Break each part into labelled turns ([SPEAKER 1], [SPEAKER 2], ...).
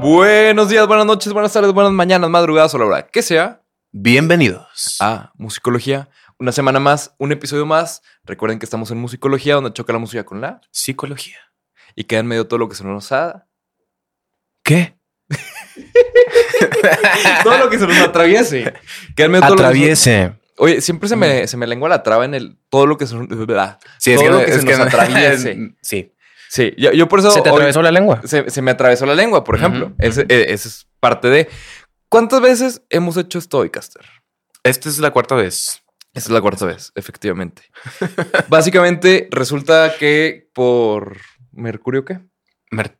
[SPEAKER 1] Buenos días, buenas noches, buenas tardes, buenas mañanas, madrugadas o la hora que sea
[SPEAKER 2] Bienvenidos.
[SPEAKER 1] a Musicología. Una semana más, un episodio más. Recuerden que estamos en Musicología, donde choca la música con la
[SPEAKER 2] Psicología.
[SPEAKER 1] y queda en medio todo lo que se nos ha.
[SPEAKER 2] ¿Qué?
[SPEAKER 1] Todo lo que se nos atraviese. Queda en medio todo lo que se nos-
[SPEAKER 2] Atraviese.
[SPEAKER 1] Oye, siempre se
[SPEAKER 2] Mm.
[SPEAKER 1] me, se me lengua la traba en el todo lo que se, bla.
[SPEAKER 2] Sí, es
[SPEAKER 1] Todo
[SPEAKER 2] que,
[SPEAKER 1] lo que
[SPEAKER 2] es
[SPEAKER 1] se
[SPEAKER 2] que-
[SPEAKER 1] nos atraviese.
[SPEAKER 2] Sí.
[SPEAKER 1] Sí, yo, yo por eso.
[SPEAKER 2] ¿Se te
[SPEAKER 1] hoy-
[SPEAKER 2] atravesó la lengua?
[SPEAKER 1] se, se me atravesó la lengua, por ejemplo.
[SPEAKER 2] Ujú,
[SPEAKER 1] Ese-
[SPEAKER 2] ujú.
[SPEAKER 1] eh, Esa es parte de. ¿Cuántas veces hemos hecho esto hoy, Caster?
[SPEAKER 2] Esta es la cuarta vez.
[SPEAKER 1] Esta es la cuarta vez, efectivamente. Básicamente, resulta que por. ¿Mercurio qué? Eh,
[SPEAKER 2] Mer-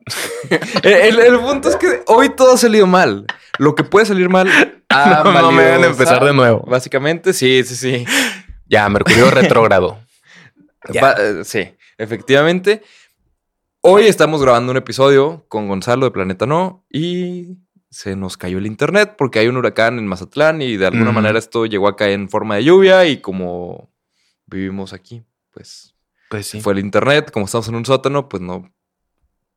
[SPEAKER 1] El, el- el punto es que hoy todo ha salido mal. Lo que puede salir mal. ha
[SPEAKER 2] no, me
[SPEAKER 1] valido
[SPEAKER 2] van a empezar
[SPEAKER 1] sal.
[SPEAKER 2] de nuevo.
[SPEAKER 1] Básicamente, sí, sí, sí.
[SPEAKER 2] Ya, Mercurio retrógrado. Ya.
[SPEAKER 1] Va- eh, sí, efectivamente. Hoy estamos grabando un episodio con Gonzalo de Planeta No y se nos cayó el internet porque hay un huracán en Mazatlán y de alguna
[SPEAKER 2] Ujú.
[SPEAKER 1] manera esto llegó acá en forma de lluvia y como vivimos aquí, pues
[SPEAKER 2] Pues
[SPEAKER 1] se fue el internet, como estamos en un sótano, pues no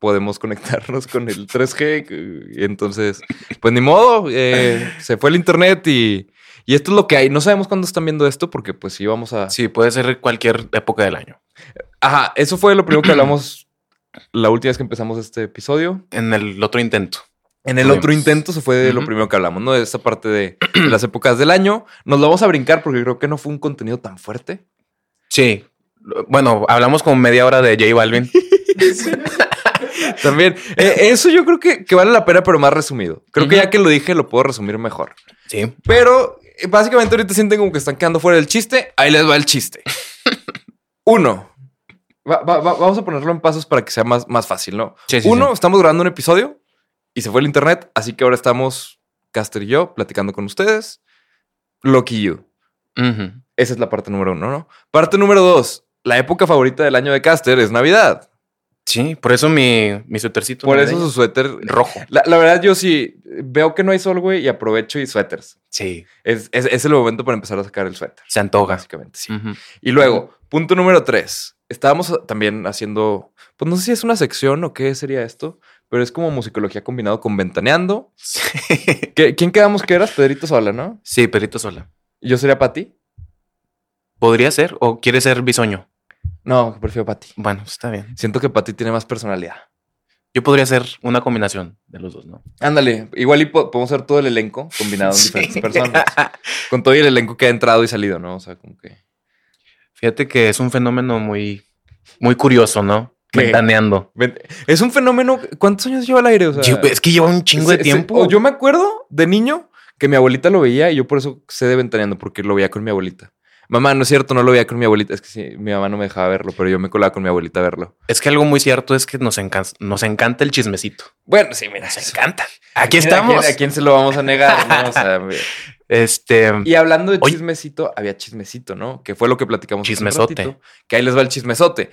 [SPEAKER 1] podemos conectarnos con el 3G, que- y entonces, pues ni modo, eh, se fue el internet y, y esto es lo que hay. No sabemos cuándo están viendo esto porque pues sí vamos a...
[SPEAKER 2] Sí, puede ser cualquier época del año.
[SPEAKER 1] Ajá, eso fue lo primero que hablamos la última vez que empezamos este episodio.
[SPEAKER 2] En el otro intento.
[SPEAKER 1] En el
[SPEAKER 2] Tuvimos.
[SPEAKER 1] otro intento, se fue de lo
[SPEAKER 2] Ujú.
[SPEAKER 1] primero que hablamos, ¿no? De esta parte de, de las épocas del año. Nos la vamos a brincar porque creo que no fue un contenido tan fuerte.
[SPEAKER 2] Sí. Bueno, hablamos como media hora de J Balvin.
[SPEAKER 1] También, eh, eso yo creo que, que vale la pena, pero más resumido. Creo que
[SPEAKER 2] Ujú.
[SPEAKER 1] ya que lo dije, lo puedo resumir mejor.
[SPEAKER 2] Sí.
[SPEAKER 1] Pero eh, básicamente ahorita sienten como que están quedando fuera del chiste. Ahí les va el chiste. Uno. Va- va- va- vamos a ponerlo en pasos para que sea más, más fácil, ¿no?
[SPEAKER 2] Sí, sí,
[SPEAKER 1] Uno,
[SPEAKER 2] sí.
[SPEAKER 1] estamos grabando un episodio y se fue el internet, así que ahora estamos, Caster y yo, platicando con ustedes. Lucky you.
[SPEAKER 2] Ujú.
[SPEAKER 1] Esa es la parte número uno, ¿no? Parte número dos, la época favorita del año de Caster es Navidad.
[SPEAKER 2] Sí, por eso mi, mi suétercito.
[SPEAKER 1] Por eso
[SPEAKER 2] navideño.
[SPEAKER 1] su suéter...
[SPEAKER 2] rojo.
[SPEAKER 1] La, la verdad, yo sí veo que no hay sol, güey, y aprovecho y suéteres.
[SPEAKER 2] Sí.
[SPEAKER 1] Es, es- es el momento para empezar a sacar el suéter.
[SPEAKER 2] Se antoja.
[SPEAKER 1] Básicamente, sí. Y luego, punto número tres. Estábamos también haciendo, pues no sé si es una sección o qué sería esto, pero es como musicología combinado con ventaneando.
[SPEAKER 2] Sí.
[SPEAKER 1] ¿Qué- ¿Quién quedamos que eras? Pedrito Sola, ¿no?
[SPEAKER 2] Sí, Perito Sola.
[SPEAKER 1] ¿Yo sería Pati?
[SPEAKER 2] ¿Podría ser o quiere ser bisoño?
[SPEAKER 1] No, prefiero Pati.
[SPEAKER 2] Bueno, está bien.
[SPEAKER 1] Siento que Pati tiene más personalidad.
[SPEAKER 2] Yo podría ser una combinación de los dos, ¿no?
[SPEAKER 1] Ándale, igual y po- podemos hacer todo el elenco combinado en
[SPEAKER 2] Sí.
[SPEAKER 1] diferentes personas. Con todo y el elenco que ha entrado y salido, ¿no? O sea, como que.
[SPEAKER 2] Fíjate que es un fenómeno muy, muy curioso, ¿no?
[SPEAKER 1] ¿Qué?
[SPEAKER 2] Ventaneando.
[SPEAKER 1] Ven- Es un fenómeno. ¿Cuántos años lleva al aire? O sea,
[SPEAKER 2] Yo- es que lleva un chingo
[SPEAKER 1] se-
[SPEAKER 2] de
[SPEAKER 1] se-
[SPEAKER 2] tiempo.
[SPEAKER 1] o yo me acuerdo de niño que mi abuelita lo veía y yo por eso sé de ventaneando, porque lo veía con mi abuelita. Mamá, no es cierto, no lo veía con mi abuelita. Es que sí, mi mamá no me dejaba verlo, pero yo me colaba con mi abuelita a verlo.
[SPEAKER 2] Es que algo muy cierto es que nos, encan- nos encanta el chismecito.
[SPEAKER 1] Bueno, sí, mira.
[SPEAKER 2] Nos
[SPEAKER 1] eso.
[SPEAKER 2] encanta. Aquí
[SPEAKER 1] ¿A quién- ¿A
[SPEAKER 2] estamos.
[SPEAKER 1] quién, a quién se lo vamos a negar? ¿no? O sea, mira.
[SPEAKER 2] Este,
[SPEAKER 1] y hablando de
[SPEAKER 2] Oye.
[SPEAKER 1] chismecito, había chismecito, ¿no? Que fue lo que platicamos. hace un
[SPEAKER 2] Chismesote.
[SPEAKER 1] ratito, que ahí les va el chismesote.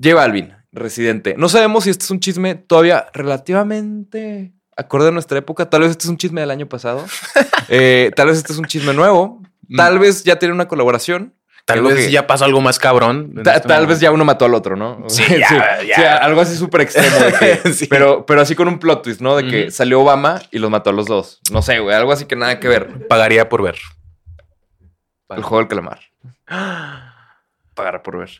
[SPEAKER 1] Lleva Alvin, residente. No sabemos si este es un chisme todavía relativamente acorde a nuestra época. Tal vez este es un chisme del año pasado. Eh, tal vez este es un chisme nuevo.
[SPEAKER 2] Mm.
[SPEAKER 1] Tal vez ya tiene una colaboración.
[SPEAKER 2] tal
[SPEAKER 1] creo
[SPEAKER 2] vez
[SPEAKER 1] que-
[SPEAKER 2] ya pasó algo más cabrón. en
[SPEAKER 1] Ta-
[SPEAKER 2] este
[SPEAKER 1] tal
[SPEAKER 2] momento.
[SPEAKER 1] vez ya uno mató al otro, ¿no?
[SPEAKER 2] Sí, ya, ya.
[SPEAKER 1] sí, algo así súper extremo. de que-
[SPEAKER 2] Sí.
[SPEAKER 1] pero, pero así con un plot twist, ¿no? De que
[SPEAKER 2] Ujú.
[SPEAKER 1] salió Obama y los mató a los dos. No sé, güey. Algo así que nada que ver.
[SPEAKER 2] Pagaría por ver.
[SPEAKER 1] El juego del calamar. Pagar por ver.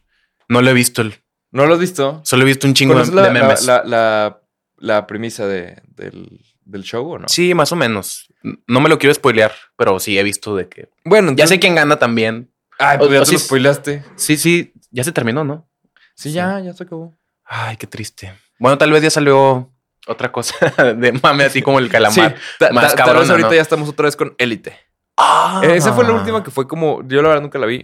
[SPEAKER 2] No lo he visto. el-
[SPEAKER 1] ¿No lo has visto?
[SPEAKER 2] Solo he visto un chingo de
[SPEAKER 1] ¿Conoces la, la-
[SPEAKER 2] memes.
[SPEAKER 1] la- la- la premisa de- del, del show o no?
[SPEAKER 2] Sí, más o menos. No me lo quiero spoilear, pero sí he visto de que.
[SPEAKER 1] Bueno,
[SPEAKER 2] Ya
[SPEAKER 1] entonces-
[SPEAKER 2] sé quién gana también.
[SPEAKER 1] Ay, pues
[SPEAKER 2] o-
[SPEAKER 1] ya
[SPEAKER 2] o
[SPEAKER 1] te
[SPEAKER 2] sí
[SPEAKER 1] lo
[SPEAKER 2] es-
[SPEAKER 1] spoilaste.
[SPEAKER 2] Sí, sí, ya se terminó, ¿no?
[SPEAKER 1] Sí,
[SPEAKER 2] Sí.
[SPEAKER 1] ya, ya se acabó.
[SPEAKER 2] Ay, qué triste. Bueno, tal vez ya salió otra cosa de mame, así como el calamar.
[SPEAKER 1] Sí, ta-
[SPEAKER 2] más
[SPEAKER 1] ta- tal
[SPEAKER 2] cabrona,
[SPEAKER 1] vez ahorita
[SPEAKER 2] ¿no?
[SPEAKER 1] ya estamos otra vez con Élite.
[SPEAKER 2] Ah.
[SPEAKER 1] Esa fue la última que fue como. Yo la verdad nunca la vi.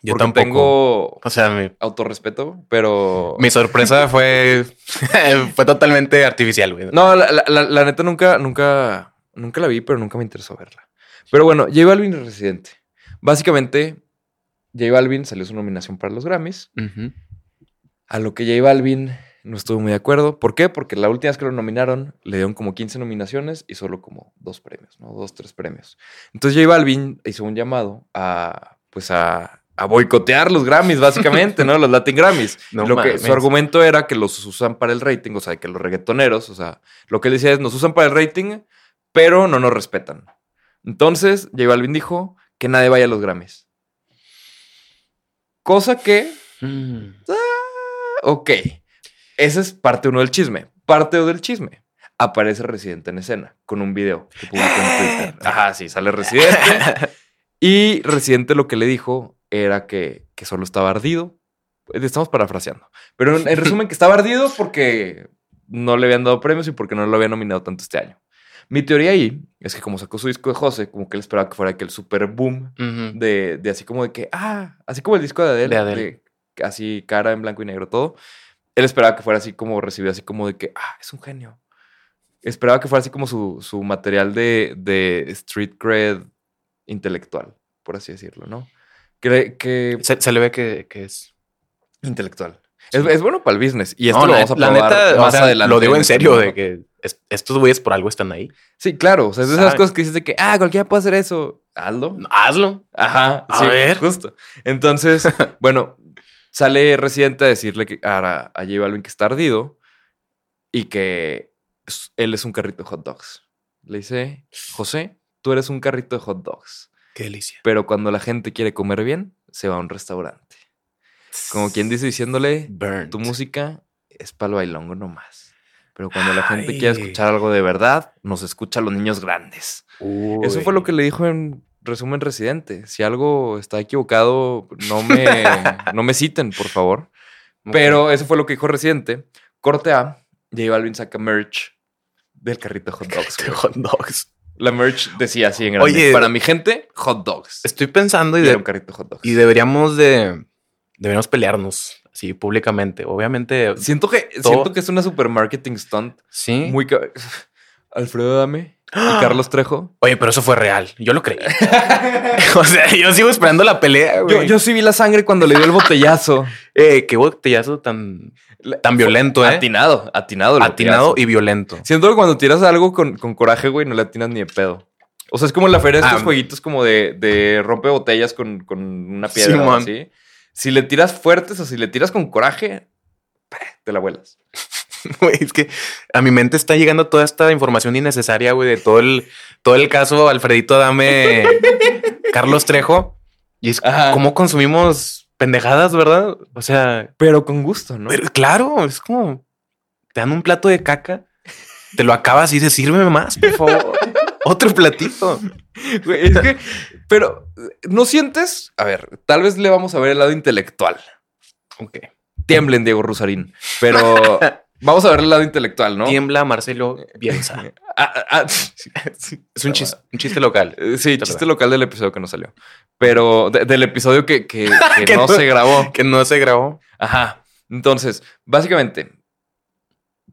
[SPEAKER 2] Yo
[SPEAKER 1] porque
[SPEAKER 2] tampoco.
[SPEAKER 1] Tengo
[SPEAKER 2] O sea, mi,
[SPEAKER 1] autorrespeto, pero.
[SPEAKER 2] mi sorpresa fue, fue totalmente artificial, güey.
[SPEAKER 1] No, la, la- la- la neta nunca, nunca, nunca la vi, pero nunca me interesó verla. Pero bueno, J Balvin es residente. Básicamente, J Balvin salió su nominación para los Grammys.
[SPEAKER 2] Ujú.
[SPEAKER 1] A lo que J Balvin no estuvo muy de acuerdo. ¿Por qué? Porque la última vez que lo nominaron le dieron como 15 nominaciones y solo como dos premios, ¿no? Dos, tres premios. Entonces J Balvin hizo un llamado a, pues a a boicotear los Grammys, básicamente, ¿no? Los Latin Grammys.
[SPEAKER 2] No
[SPEAKER 1] lo que,
[SPEAKER 2] mames.
[SPEAKER 1] su argumento era que los usan para el rating, o sea, que los reggaetoneros, o sea, lo que él decía es, nos usan para el rating, pero no nos respetan. Entonces, J Balvin dijo que nadie vaya a los Grammys. Cosa que, ok, esa es parte uno del chisme. Parte dos del chisme. Aparece Residente en escena con un video que publicó
[SPEAKER 2] ¡Eh!
[SPEAKER 1] en Twitter. Ajá, sí, sale Residente. Y Residente lo que le dijo era que, que solo estaba ardido. Eh, Estamos parafraseando. Pero en, en resumen, que estaba ardido porque no le habían dado premios y porque no lo habían nominado tanto este año. Mi teoría ahí es que como sacó su disco de José, como que él esperaba que fuera aquel super boom
[SPEAKER 2] Ujú.
[SPEAKER 1] de, de así como de que, ah, así como el disco de Adele,
[SPEAKER 2] De Adele.
[SPEAKER 1] de así cara en blanco y negro todo. Él esperaba que fuera así como recibido, así como de que, ah, es un genio. Esperaba que fuera así como su, su material de, de street cred intelectual, por así decirlo, ¿no? Cre- que
[SPEAKER 2] Se, se le ve que, que es.
[SPEAKER 1] intelectual. Es, es bueno para el business. Y esto
[SPEAKER 2] No,
[SPEAKER 1] lo
[SPEAKER 2] la-
[SPEAKER 1] vamos a
[SPEAKER 2] la
[SPEAKER 1] probar
[SPEAKER 2] neta, o
[SPEAKER 1] más
[SPEAKER 2] sea,
[SPEAKER 1] adelante.
[SPEAKER 2] Lo digo en
[SPEAKER 1] este
[SPEAKER 2] serio,
[SPEAKER 1] programa.
[SPEAKER 2] de que es- estos güeyes por algo están ahí.
[SPEAKER 1] Sí, claro. O sea, es de esas
[SPEAKER 2] Saben.
[SPEAKER 1] cosas que dices de que, ah, cualquiera puede hacer eso. Hazlo.
[SPEAKER 2] Hazlo.
[SPEAKER 1] Ajá.
[SPEAKER 2] A ver.
[SPEAKER 1] Justo. Entonces, bueno, sale Residente a decirle que a, a J Balvin que está ardido y que s- él es un carrito de hot dogs. Le dice, José, tú eres un carrito de hot dogs,
[SPEAKER 2] Qué delicia.
[SPEAKER 1] pero cuando la gente quiere comer bien, se va a un restaurante. Como quien dice diciéndole,
[SPEAKER 2] Burn.
[SPEAKER 1] tu música es para el bailongo nomás. Pero cuando la gente
[SPEAKER 2] Ay.
[SPEAKER 1] quiere escuchar algo de verdad, nos escucha a los niños grandes. Eso fue lo que le dijo en resumen residente. Si algo está equivocado, no me, no me citen, por favor. Pero eso fue lo que dijo residente. Corte A, J Balvin saca merch del carrito de hot dogs. güey.
[SPEAKER 2] hot dogs.
[SPEAKER 1] La merch decía así en grande.
[SPEAKER 2] Oye.
[SPEAKER 1] Para mi gente, hot dogs.
[SPEAKER 2] Estoy pensando y,
[SPEAKER 1] Y
[SPEAKER 2] de-
[SPEAKER 1] era un carrito de hot dogs.
[SPEAKER 2] y deberíamos de. Deberíamos pelearnos así públicamente. Obviamente.
[SPEAKER 1] Siento que,
[SPEAKER 2] Todo-
[SPEAKER 1] siento que es una super marketing stunt.
[SPEAKER 2] Sí.
[SPEAKER 1] Muy... ca- Alfredo Dame y Carlos Trejo.
[SPEAKER 2] Oye, pero eso fue real. Yo lo creí. o sea, yo sigo esperando la pelea,
[SPEAKER 1] Yo,
[SPEAKER 2] güey.
[SPEAKER 1] yo sí vi la sangre cuando le dio el botellazo.
[SPEAKER 2] Eh, qué botellazo tan, tan violento, ¿eh?
[SPEAKER 1] Atinado, atinado. el
[SPEAKER 2] Atinado
[SPEAKER 1] botellazo.
[SPEAKER 2] y violento.
[SPEAKER 1] Siento que cuando tiras algo con, con coraje, güey, no le atinas ni de pedo. O sea, es como en la feria de estos
[SPEAKER 2] Ah.
[SPEAKER 1] jueguitos como de, de rompe botellas con, con una piedra o
[SPEAKER 2] Simón.
[SPEAKER 1] así. Si le tiras fuertes o si le tiras con coraje, te la vuelas.
[SPEAKER 2] Güey, es que a mi mente está llegando toda esta información innecesaria, güey, de todo el, todo el caso Alfredito Dame, Carlos Trejo. Y es
[SPEAKER 1] Ajá.
[SPEAKER 2] como consumimos pendejadas, ¿verdad? O sea,
[SPEAKER 1] Pero con gusto, ¿no?
[SPEAKER 2] pero claro, es como te dan un plato de caca, te lo acabas y dices, sírveme más, por favor. Otro platito.
[SPEAKER 1] Güey, es que, pero eh, no sientes. A ver, tal vez le vamos a ver el lado intelectual.
[SPEAKER 2] Ok.
[SPEAKER 1] Tiemblen, Diego Rusarín. Pero vamos a ver el lado intelectual, ¿no?
[SPEAKER 2] Tiembla Marcelo Bielsa.
[SPEAKER 1] Ah, ah, sí.
[SPEAKER 2] Es un, chis- un chiste local.
[SPEAKER 1] Eh, Sí,
[SPEAKER 2] Te lo
[SPEAKER 1] chiste local del episodio que no salió. Pero de- del episodio que, que- que
[SPEAKER 2] Que
[SPEAKER 1] no
[SPEAKER 2] no-
[SPEAKER 1] se grabó.
[SPEAKER 2] Que no se grabó.
[SPEAKER 1] Ajá. Entonces, básicamente,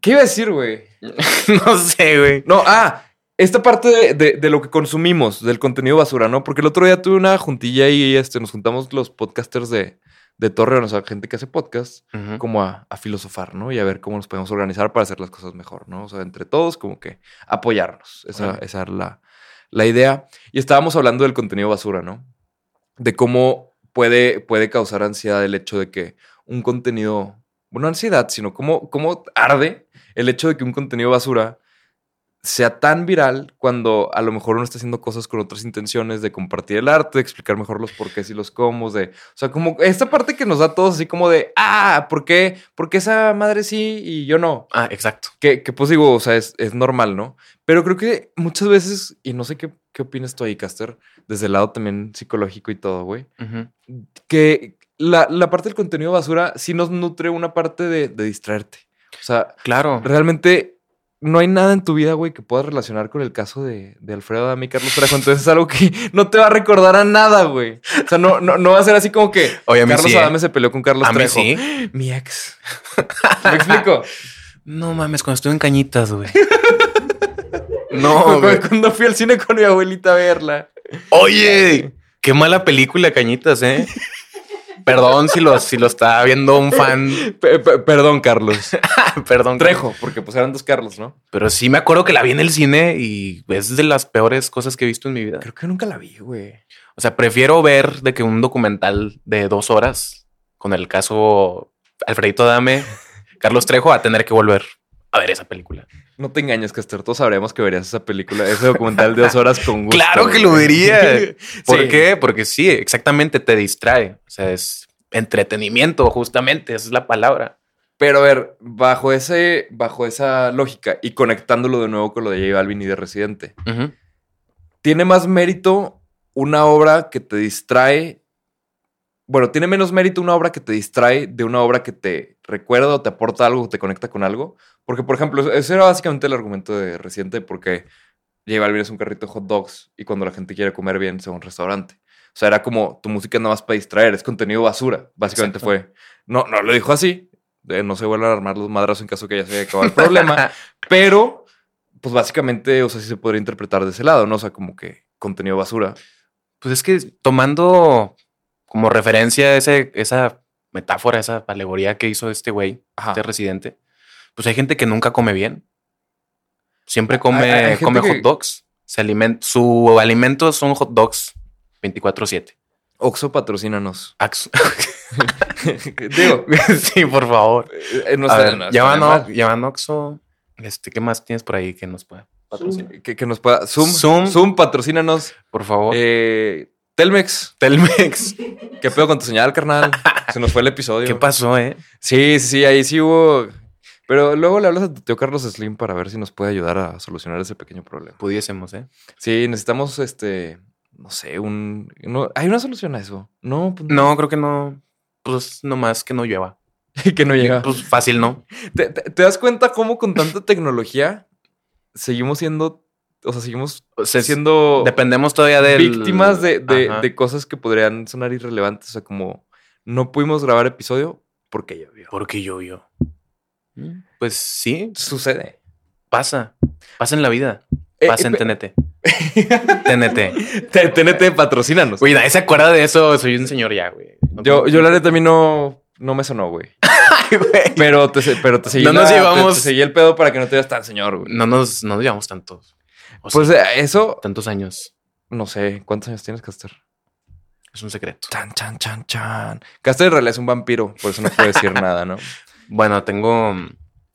[SPEAKER 1] ¿qué iba a decir, güey?
[SPEAKER 2] no sé, güey.
[SPEAKER 1] No, ah, esta parte de, de- de lo que consumimos, del contenido basura, ¿no? Porque el otro día tuve una juntilla y este, nos juntamos los podcasters de, de Torreón, o sea, gente que hace podcast como a, a filosofar, ¿no? Y a ver cómo nos podemos organizar para hacer las cosas mejor, ¿no? O sea, entre todos, como que apoyarnos. Esa,
[SPEAKER 2] Órale.
[SPEAKER 1] esa era la, la idea. Y estábamos hablando del contenido basura, ¿no? De cómo puede, puede causar ansiedad el hecho de que un contenido, bueno, no ansiedad, sino cómo, cómo arde el hecho de que un contenido basura sea tan viral cuando a lo mejor uno está haciendo cosas con otras intenciones de compartir el arte, de explicar mejor los porqués y los cómo, de... O sea, como esta parte que nos da a todos así como de, ah, ¿por qué? ¿Por qué esa madre sí y yo no?
[SPEAKER 2] Ah, exacto.
[SPEAKER 1] Que, que pues digo, o sea, es, es normal, ¿no? Pero creo que muchas veces, y no sé qué, qué opinas tú ahí, Caster, desde el lado también psicológico y todo, güey, que la, la parte del contenido basura sí nos nutre una parte de, de distraerte. O sea,
[SPEAKER 2] Claro.
[SPEAKER 1] realmente no hay nada en tu vida, güey, que puedas relacionar con el caso de, de Alfredo Dami Carlos Trejo. Entonces es algo que no te va a recordar a nada, güey. O sea, no, no, no va a ser así como que
[SPEAKER 2] Oye, a mí
[SPEAKER 1] Carlos
[SPEAKER 2] sí, ¿eh?
[SPEAKER 1] Adame se peleó con Carlos
[SPEAKER 2] A mí
[SPEAKER 1] Trejo.
[SPEAKER 2] sí.
[SPEAKER 1] Mi ex. ¿Me explico?
[SPEAKER 2] No mames, cuando estuve en cañitas, güey.
[SPEAKER 1] Cu-
[SPEAKER 2] no,
[SPEAKER 1] cu-
[SPEAKER 2] güey.
[SPEAKER 1] Cuando fui al cine con mi abuelita a verla.
[SPEAKER 2] Oye, qué mala película, cañitas, ¿eh? Perdón si lo, si lo está viendo un fan.
[SPEAKER 1] Pe- pe- perdón, Carlos.
[SPEAKER 2] Perdón.
[SPEAKER 1] Trejo, porque pues eran dos Carlos, ¿no?
[SPEAKER 2] Pero sí me acuerdo que la vi en el cine y es de las peores cosas que he visto en mi vida.
[SPEAKER 1] Creo que nunca la vi, güey.
[SPEAKER 2] O sea, prefiero ver de que un documental de dos horas con el caso Alfredito Adame, Carlos Trejo, a tener que volver a ver esa película.
[SPEAKER 1] No te engañes, Castor. Todos sabremos que verías esa película, ese documental de dos horas con gusto.
[SPEAKER 2] Claro que lo
[SPEAKER 1] güey.
[SPEAKER 2] vería. ¿Por
[SPEAKER 1] Sí.
[SPEAKER 2] qué? Porque sí, exactamente te distrae. O sea, es entretenimiento, justamente, esa es la palabra.
[SPEAKER 1] Pero a ver, bajo, ese, bajo esa lógica y conectándolo de nuevo con lo de J Balvin y de Residente,
[SPEAKER 2] Ujú.
[SPEAKER 1] tiene más mérito una obra que te distrae. Bueno, tiene menos mérito una obra que te distrae de una obra que te recuerda o te aporta algo o te conecta con algo. Porque, por ejemplo, ese era básicamente el argumento de reciente porque J Balvin es un carrito de hot dogs y cuando la gente quiere comer bien se va a un restaurante. O sea, era como tu música es nada más para distraer, es contenido basura. Básicamente fue. No, no lo dijo así. de no se vuelvan a armar los madrazos en caso que ya se haya acabado el problema. Pero, pues básicamente, o sea, sí se podría interpretar de ese lado, ¿no? O sea, como que contenido basura.
[SPEAKER 2] Pues es que tomando como referencia ese, esa metáfora, esa alegoría que hizo este güey,
[SPEAKER 1] Ajá.
[SPEAKER 2] este residente, pues hay gente que nunca come bien. Siempre come,
[SPEAKER 1] Ah, hay gente
[SPEAKER 2] come
[SPEAKER 1] que-
[SPEAKER 2] hot dogs. Se aliment- su alimento son hot dogs 24-7.
[SPEAKER 1] Oxo, patrocínanos.
[SPEAKER 2] Ax-
[SPEAKER 1] Digo,
[SPEAKER 2] sí, por favor.
[SPEAKER 1] eh, no
[SPEAKER 2] A
[SPEAKER 1] está-
[SPEAKER 2] ver,
[SPEAKER 1] no está
[SPEAKER 2] llaman
[SPEAKER 1] nada
[SPEAKER 2] Ox-
[SPEAKER 1] mal.
[SPEAKER 2] llaman Oxxo. Este, ¿Qué más tienes por ahí que nos pueda patrocinar?
[SPEAKER 1] Que, que nos pueda. Zoom, Zoom,
[SPEAKER 2] Zoom.
[SPEAKER 1] patrocínanos.
[SPEAKER 2] Por favor.
[SPEAKER 1] Eh, Telmex,
[SPEAKER 2] Telmex.
[SPEAKER 1] ¿qué pedo con tu señal, carnal? Se nos fue el episodio.
[SPEAKER 2] ¿Qué pasó, eh?
[SPEAKER 1] Sí, sí, sí, ahí sí hubo. Pero luego le hablas a tu tío Carlos Slim para ver si nos puede ayudar a solucionar ese pequeño problema.
[SPEAKER 2] Pudiésemos, eh.
[SPEAKER 1] Sí, necesitamos este. No sé, un. no- hay una solución a eso. No, pues
[SPEAKER 2] No, creo que no. Pues nomás que no llueva.
[SPEAKER 1] que no llega.
[SPEAKER 2] Pues fácil, ¿no?
[SPEAKER 1] ¿Te, te- te das cuenta cómo con tanta tecnología seguimos siendo, o sea, seguimos
[SPEAKER 2] O sea,
[SPEAKER 1] siendo
[SPEAKER 2] Pues, dependemos todavía de
[SPEAKER 1] víctimas de, de-
[SPEAKER 2] Ajá.
[SPEAKER 1] de cosas que podrían sonar irrelevantes? O sea, como no pudimos grabar episodio porque llovió.
[SPEAKER 2] Porque llovió. Pues sí,
[SPEAKER 1] Sucede.
[SPEAKER 2] pasa. Pasa en la vida.
[SPEAKER 1] Eh,
[SPEAKER 2] Pasa
[SPEAKER 1] eh,
[SPEAKER 2] en TNT. TNT.
[SPEAKER 1] Te- TNT, patrocínanos.
[SPEAKER 2] Güey, nadie se acuerda de eso. Soy un señor ya, güey. No
[SPEAKER 1] Yo,
[SPEAKER 2] tengo-
[SPEAKER 1] yo la neta a mí no, no me sonó, güey.
[SPEAKER 2] Ay, güey.
[SPEAKER 1] Pero te, se- pero te seguí
[SPEAKER 2] No nos
[SPEAKER 1] la- te-
[SPEAKER 2] llevamos-
[SPEAKER 1] te seguí el pedo para que no te veas tan señor, güey.
[SPEAKER 2] No nos, no nos llevamos tantos. O sea,
[SPEAKER 1] Pues eh, eso,
[SPEAKER 2] tantos años.
[SPEAKER 1] no sé, ¿cuántos años tienes, Caster?
[SPEAKER 2] Es un secreto.
[SPEAKER 1] Chan, chan, chan, chan. Caster en realidad es un vampiro, por eso no puede decir nada, ¿no?
[SPEAKER 2] Bueno, tengo.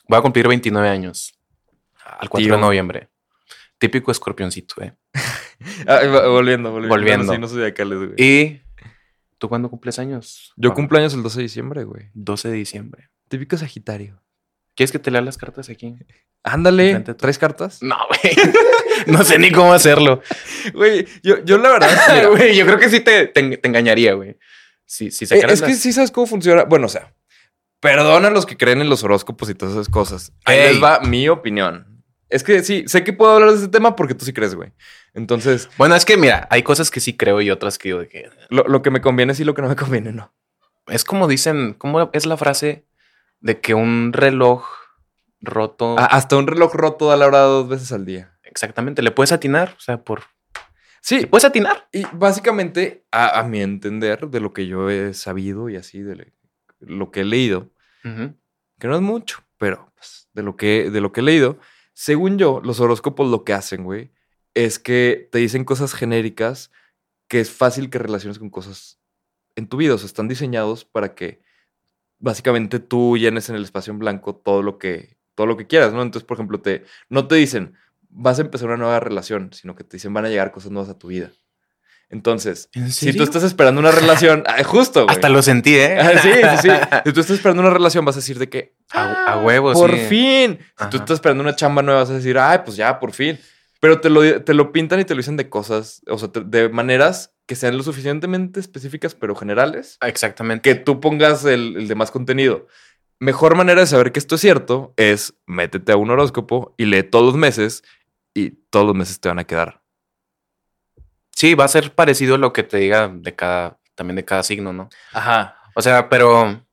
[SPEAKER 2] Voy a cumplir 29 años. Al 4
[SPEAKER 1] Tío.
[SPEAKER 2] de noviembre. Típico escorpioncito, eh.
[SPEAKER 1] Ah, va- volviendo, volviendo.
[SPEAKER 2] Volviendo.
[SPEAKER 1] Sí, no zodiacales, güey. Ah.
[SPEAKER 2] ¿Y tú cuándo cumples años?
[SPEAKER 1] Yo
[SPEAKER 2] Pablo?
[SPEAKER 1] cumplo años el 12 de diciembre, güey.
[SPEAKER 2] 12 de diciembre.
[SPEAKER 1] Típico Sagitario.
[SPEAKER 2] ¿Quieres que te lea las cartas aquí?
[SPEAKER 1] Ándale,
[SPEAKER 2] Enfrente tú.
[SPEAKER 1] tres cartas.
[SPEAKER 2] No, güey. no sé ni cómo hacerlo.
[SPEAKER 1] Güey, yo, yo la verdad. eh, mira,
[SPEAKER 2] Güey, yo creo que sí te, te, te engañaría, güey. Si, si
[SPEAKER 1] eh,
[SPEAKER 2] sacaras
[SPEAKER 1] es que
[SPEAKER 2] las-
[SPEAKER 1] sí sabes cómo funciona. Bueno, o sea, perdona a los que creen en los horóscopos y todas esas cosas. Ahí
[SPEAKER 2] Ey.
[SPEAKER 1] les va mi opinión. Es que sí, sé que puedo hablar de ese tema porque tú sí crees, güey. Entonces,
[SPEAKER 2] Bueno, es que mira, hay cosas que sí creo y otras que digo de que...
[SPEAKER 1] lo, lo que me conviene sí, lo que no me conviene no.
[SPEAKER 2] Es como dicen, ¿cómo es la frase de que un reloj roto...
[SPEAKER 1] A- hasta un reloj roto da la hora dos veces al día.
[SPEAKER 2] Exactamente, le puedes atinar, o sea, por...
[SPEAKER 1] Sí,
[SPEAKER 2] ¿Le puedes atinar?
[SPEAKER 1] Y básicamente, a, a mi entender, de lo que yo he sabido y así, de le- lo que he leído,
[SPEAKER 2] Ujú.
[SPEAKER 1] que no es mucho, pero pues, de, lo que, de lo que he leído, según yo, los horóscopos lo que hacen, güey, es que te dicen cosas genéricas que es fácil que relaciones con cosas en tu vida. O sea, están diseñados para que básicamente tú llenes en el espacio en blanco todo lo que, todo lo que quieras, ¿no? Entonces, por ejemplo, te, no te dicen vas a empezar una nueva relación, sino que te dicen van a llegar cosas nuevas a tu vida. Entonces,
[SPEAKER 2] ¿En
[SPEAKER 1] si tú
[SPEAKER 2] serio?
[SPEAKER 1] estás esperando una relación, ah, justo, güey.
[SPEAKER 2] Hasta lo sentí, ¿eh?
[SPEAKER 1] Ah, sí, sí, sí. Si tú estás esperando una relación, vas a decir de que
[SPEAKER 2] A- a huevo,
[SPEAKER 1] por
[SPEAKER 2] sí.
[SPEAKER 1] fin. Si
[SPEAKER 2] Ajá.
[SPEAKER 1] tú estás esperando una chamba nueva, vas a decir, ay, pues ya, por fin. Pero te lo, te lo pintan y te lo dicen de cosas, o sea, te- de maneras que sean lo suficientemente específicas, pero generales,
[SPEAKER 2] Exactamente.
[SPEAKER 1] que tú pongas el, el demás contenido. Mejor manera de saber que esto es cierto es métete a un horóscopo y lee todos los meses y todos los meses te van a quedar.
[SPEAKER 2] Sí, va a ser parecido a lo que te diga de cada... También de cada signo, ¿no?
[SPEAKER 1] Ajá.
[SPEAKER 2] O sea, pero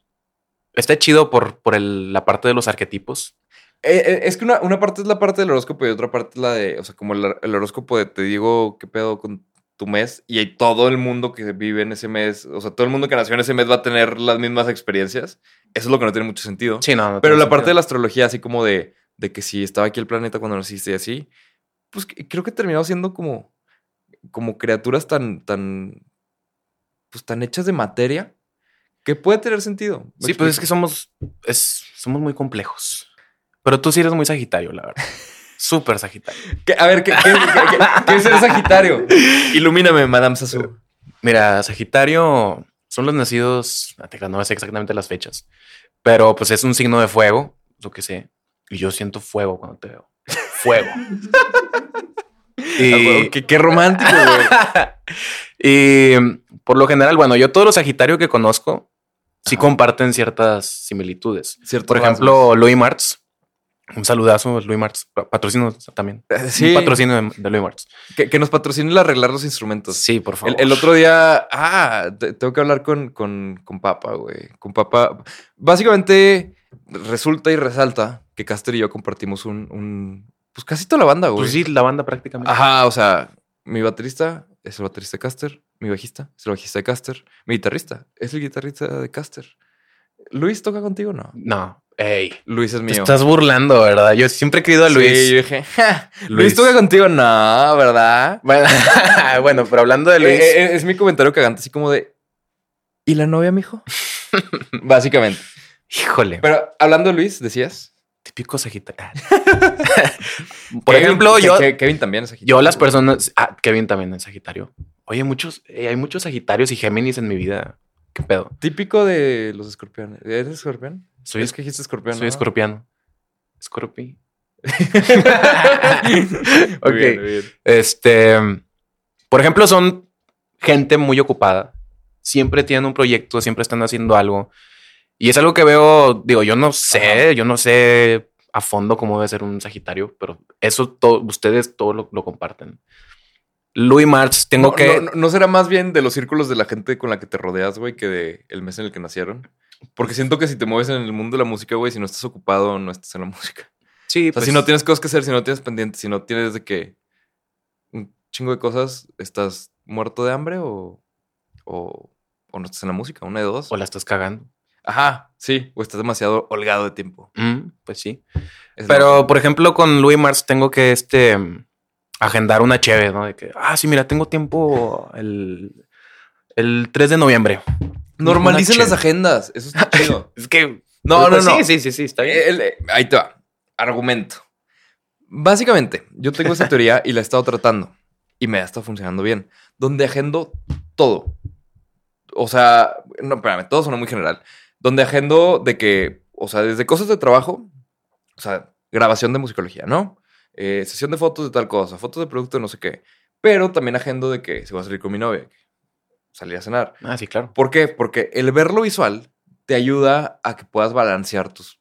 [SPEAKER 2] está chido por, por el- la parte de los arquetipos.
[SPEAKER 1] Eh, eh, es que una, una parte es la parte del horóscopo y otra parte es la de, o sea, como el, el horóscopo de te digo qué pedo con tu mes y hay todo el mundo que vive en ese mes, o sea, todo el mundo que nació en ese mes va a tener las mismas experiencias. Eso es lo que no tiene mucho sentido.
[SPEAKER 2] Sí, no. no
[SPEAKER 1] Pero
[SPEAKER 2] tiene
[SPEAKER 1] la parte de
[SPEAKER 2] sentido.
[SPEAKER 1] la astrología, así como de, de que si estaba aquí el planeta cuando naciste y así, pues que- creo que terminamos siendo como, como criaturas tan, tan, pues tan hechas de materia que puede tener sentido. ¿Me
[SPEAKER 2] Sí, pues es que
[SPEAKER 1] explico?
[SPEAKER 2] somos, es, somos muy complejos. Pero tú sí eres muy sagitario, la verdad. Súper sagitario.
[SPEAKER 1] Que- a ver, ¿qué, qué, qué- qué- qué es el Sagitario? Ah, Ilumíname, Madame Sasu.
[SPEAKER 2] Mira, sagitario son los nacidos, ah, te creas, no sé exactamente las fechas, pero pues es un signo de fuego, lo que sé. Y yo siento fuego cuando te veo. Fuego.
[SPEAKER 1] Ah, güey,
[SPEAKER 2] y,
[SPEAKER 1] qué, qué romántico, güey.
[SPEAKER 2] y, por lo general, bueno, yo todos los sagitarios que conozco sí comparten ciertas similitudes.
[SPEAKER 1] Cierto
[SPEAKER 2] Por
[SPEAKER 1] rasgo.
[SPEAKER 2] ejemplo, Louis Martz. Un saludazo, Louis Martz. Pa- Patrocino también.
[SPEAKER 1] Sí,
[SPEAKER 2] Un patrocinio de, de Louis Martz.
[SPEAKER 1] eh, que, que nos patrocine el arreglar los instrumentos.
[SPEAKER 2] Sí, por
[SPEAKER 1] El, el otro día, ah, te- tengo que hablar con, con, con Papa, güey. Con Papa. Básicamente, resulta y resalta que Caster y yo compartimos un. un- pues casi toda la banda, güey.
[SPEAKER 2] Pues sí, la banda prácticamente.
[SPEAKER 1] Ajá, o sea, mi baterista es el baterista de Caster. Mi bajista es el bajista de Caster. Mi guitarrista es el guitarrista de Caster. Luis toca contigo, o ¿no?
[SPEAKER 2] No. Ey.
[SPEAKER 1] Luis es
[SPEAKER 2] Te
[SPEAKER 1] mío.
[SPEAKER 2] estás burlando, ¿verdad? Yo siempre he querido a Luis.
[SPEAKER 1] Sí, yo dije, "Ja, Luis.
[SPEAKER 2] Luis.
[SPEAKER 1] toca contigo, no, ¿verdad?
[SPEAKER 2] Bueno, bueno, pero hablando de Luis.
[SPEAKER 1] Eh, eh, es mi comentario cagante, así como de. ¿Y la novia, mijo? Básicamente.
[SPEAKER 2] híjole.
[SPEAKER 1] Pero hablando de Luis, decías.
[SPEAKER 2] Típico sagitario. por
[SPEAKER 1] Kevin-
[SPEAKER 2] ejemplo,
[SPEAKER 1] que-
[SPEAKER 2] yo,
[SPEAKER 1] que Kevin también es
[SPEAKER 2] yo las
[SPEAKER 1] personas.
[SPEAKER 2] personas. Ah, Kevin también es sagitario. Oye, muchos, eh, hay muchos sagitarios y géminis en mi vida. ¿Qué pedo?
[SPEAKER 1] Típico de los escorpiones. ¿Eres escorpión?
[SPEAKER 2] Soy,
[SPEAKER 1] Es que dijiste escorpión.
[SPEAKER 2] soy
[SPEAKER 1] ¿no?
[SPEAKER 2] escorpiano. Escorpi.
[SPEAKER 1] Muy bien,
[SPEAKER 2] Ok.
[SPEAKER 1] muy bien.
[SPEAKER 2] Este, por ejemplo, son gente muy ocupada. Siempre tienen un proyecto, siempre están haciendo algo. Y es algo que veo, digo, yo no sé, yo no sé a fondo cómo debe ser un Sagitario, pero eso to- ustedes todo lo, lo comparten. Louis Marx, tengo
[SPEAKER 1] No,
[SPEAKER 2] que...
[SPEAKER 1] no- no será más bien de los círculos de la gente con la que te rodeas, güey, que de el mes en el que nacieron? Porque siento que si te mueves en el mundo de la música, güey, si no estás ocupado, no estás en la música.
[SPEAKER 2] sí, pues.
[SPEAKER 1] O sea, si no tienes cosas que hacer, si no tienes pendientes, si no tienes de que un chingo de cosas, ¿estás muerto de hambre o, o, o no estás en la música? Una de dos.
[SPEAKER 2] O pues la estás cagando.
[SPEAKER 1] Ajá, sí. O estás demasiado holgado de tiempo.
[SPEAKER 2] Mm, pues sí.
[SPEAKER 1] Es
[SPEAKER 2] Pero, por ejemplo, con Louis Mars tengo que este agendar una chévere, ¿no? De que, ah, sí, mira, tengo tiempo el, el 3 de noviembre.
[SPEAKER 1] lo- normalicen
[SPEAKER 2] Una
[SPEAKER 1] las agendas. Eso está chido.
[SPEAKER 2] Es que.
[SPEAKER 1] No, no, no.
[SPEAKER 2] Pues, sí, sí, sí, está
[SPEAKER 1] El- el- ahí te va. Argumento. Básicamente, yo tengo esa teoría y la he estado tratando. Y me ha estado funcionando bien. Donde agendo todo. O sea, no, espérame, todo suena muy general. Donde agendo de que, o sea, desde cosas de trabajo, o sea, grabación de musicología, ¿no? Eh, sesión de fotos de tal cosa, fotos de producto, de no sé qué. Pero también agendo de que se va a salir con mi novia, que salir a cenar.
[SPEAKER 2] Ah, sí, claro.
[SPEAKER 1] ¿Por qué? Porque el verlo visual te ayuda a que puedas balancear tus,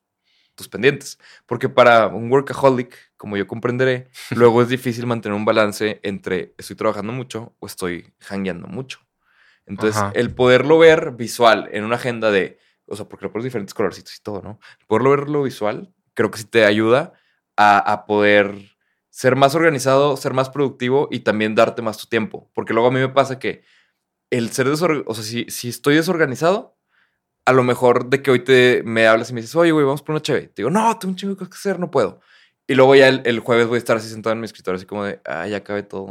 [SPEAKER 1] tus pendientes. Porque para un workaholic, como yo comprenderé, luego es difícil mantener un balance entre estoy trabajando mucho o estoy hangueando mucho. Entonces,
[SPEAKER 2] Ajá.
[SPEAKER 1] el poderlo ver visual en una agenda de, o sea, porque lo pones diferentes colorcitos y todo, ¿no? Poderlo verlo visual, creo que sí te ayuda a, a poder ser más organizado, ser más productivo y también darte más tu tiempo. Porque luego a mí me pasa que el ser desorganizado, o sea, si, si estoy desorganizado, a lo mejor de que hoy te me hablas y me dices, oye, güey, vamos por una chévere. Te digo, no, tengo un chingo de cosas que hacer, no puedo. Y luego ya el, el jueves voy a estar así sentado en mi escritorio, así como de, ah, ya acabé todo,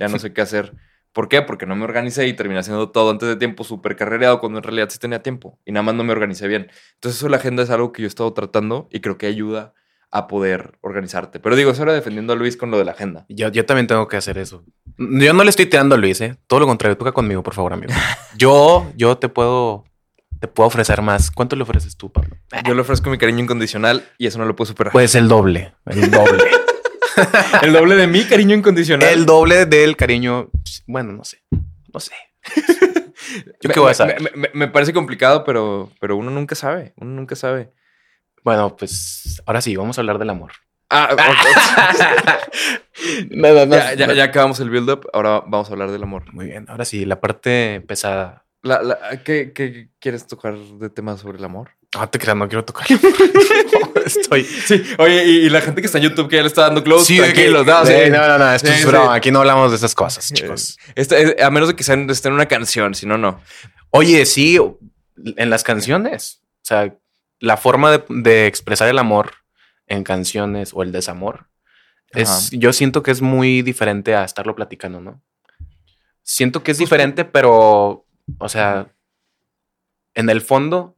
[SPEAKER 1] ya no sé qué hacer. ¿Por qué? Porque no me organicé y terminé haciendo todo antes de tiempo, súper carrereado, cuando en realidad sí tenía tiempo y nada más no me organicé bien. Entonces, eso de la agenda es algo que yo he estado tratando y creo que ayuda a poder organizarte. Pero digo, eso era defendiendo a Luis con lo de la agenda.
[SPEAKER 2] Yo, yo también tengo que hacer eso. Yo no le estoy tirando a Luis, ¿eh? Todo lo contrario, toca conmigo, por favor, amigo. Yo, yo te puedo, te puedo ofrecer más. ¿Cuánto le ofreces tú, Pablo?
[SPEAKER 1] Yo le ofrezco mi cariño incondicional y eso no lo puedo superar.
[SPEAKER 2] Pues el doble, el doble.
[SPEAKER 1] el doble de mi cariño incondicional.
[SPEAKER 2] el doble del cariño. Bueno, no sé, no sé. ¿Yo
[SPEAKER 1] Me-
[SPEAKER 2] qué voy a
[SPEAKER 1] me-
[SPEAKER 2] saber?
[SPEAKER 1] Me, me- me parece complicado, pero, pero uno nunca sabe. Uno nunca sabe.
[SPEAKER 2] Bueno, pues ahora sí, vamos a hablar del amor.
[SPEAKER 1] Ah, ok.
[SPEAKER 2] Nada,
[SPEAKER 1] ya, ya- ya acabamos el build-up. Ahora vamos a hablar del amor.
[SPEAKER 2] Muy bien, ahora sí, la parte pesada.
[SPEAKER 1] La- la- ¿qué, qué quieres tocar de temas sobre el amor?
[SPEAKER 2] Ah, te creas, no quiero tocar. No, esto- soy.
[SPEAKER 1] Sí, oye, y, y la gente que está en YouTube que ya le está dando close,
[SPEAKER 2] Sí, de que-
[SPEAKER 1] tranquilos, no,
[SPEAKER 2] sí,
[SPEAKER 1] sí.
[SPEAKER 2] no, no, no, esto
[SPEAKER 1] Sí,
[SPEAKER 2] es
[SPEAKER 1] sí.
[SPEAKER 2] broma. Aquí no hablamos de esas cosas, chicos.
[SPEAKER 1] Esta- eh, a menos de que sean- esté en una canción, si no, no.
[SPEAKER 2] Oye, sí, en las canciones. O sea, la forma de, de expresar el amor en canciones o el desamor. Es,
[SPEAKER 1] Ajá.
[SPEAKER 2] yo siento que es muy diferente a estarlo platicando, ¿no? Siento que es diferente, pero, o sea, en el fondo,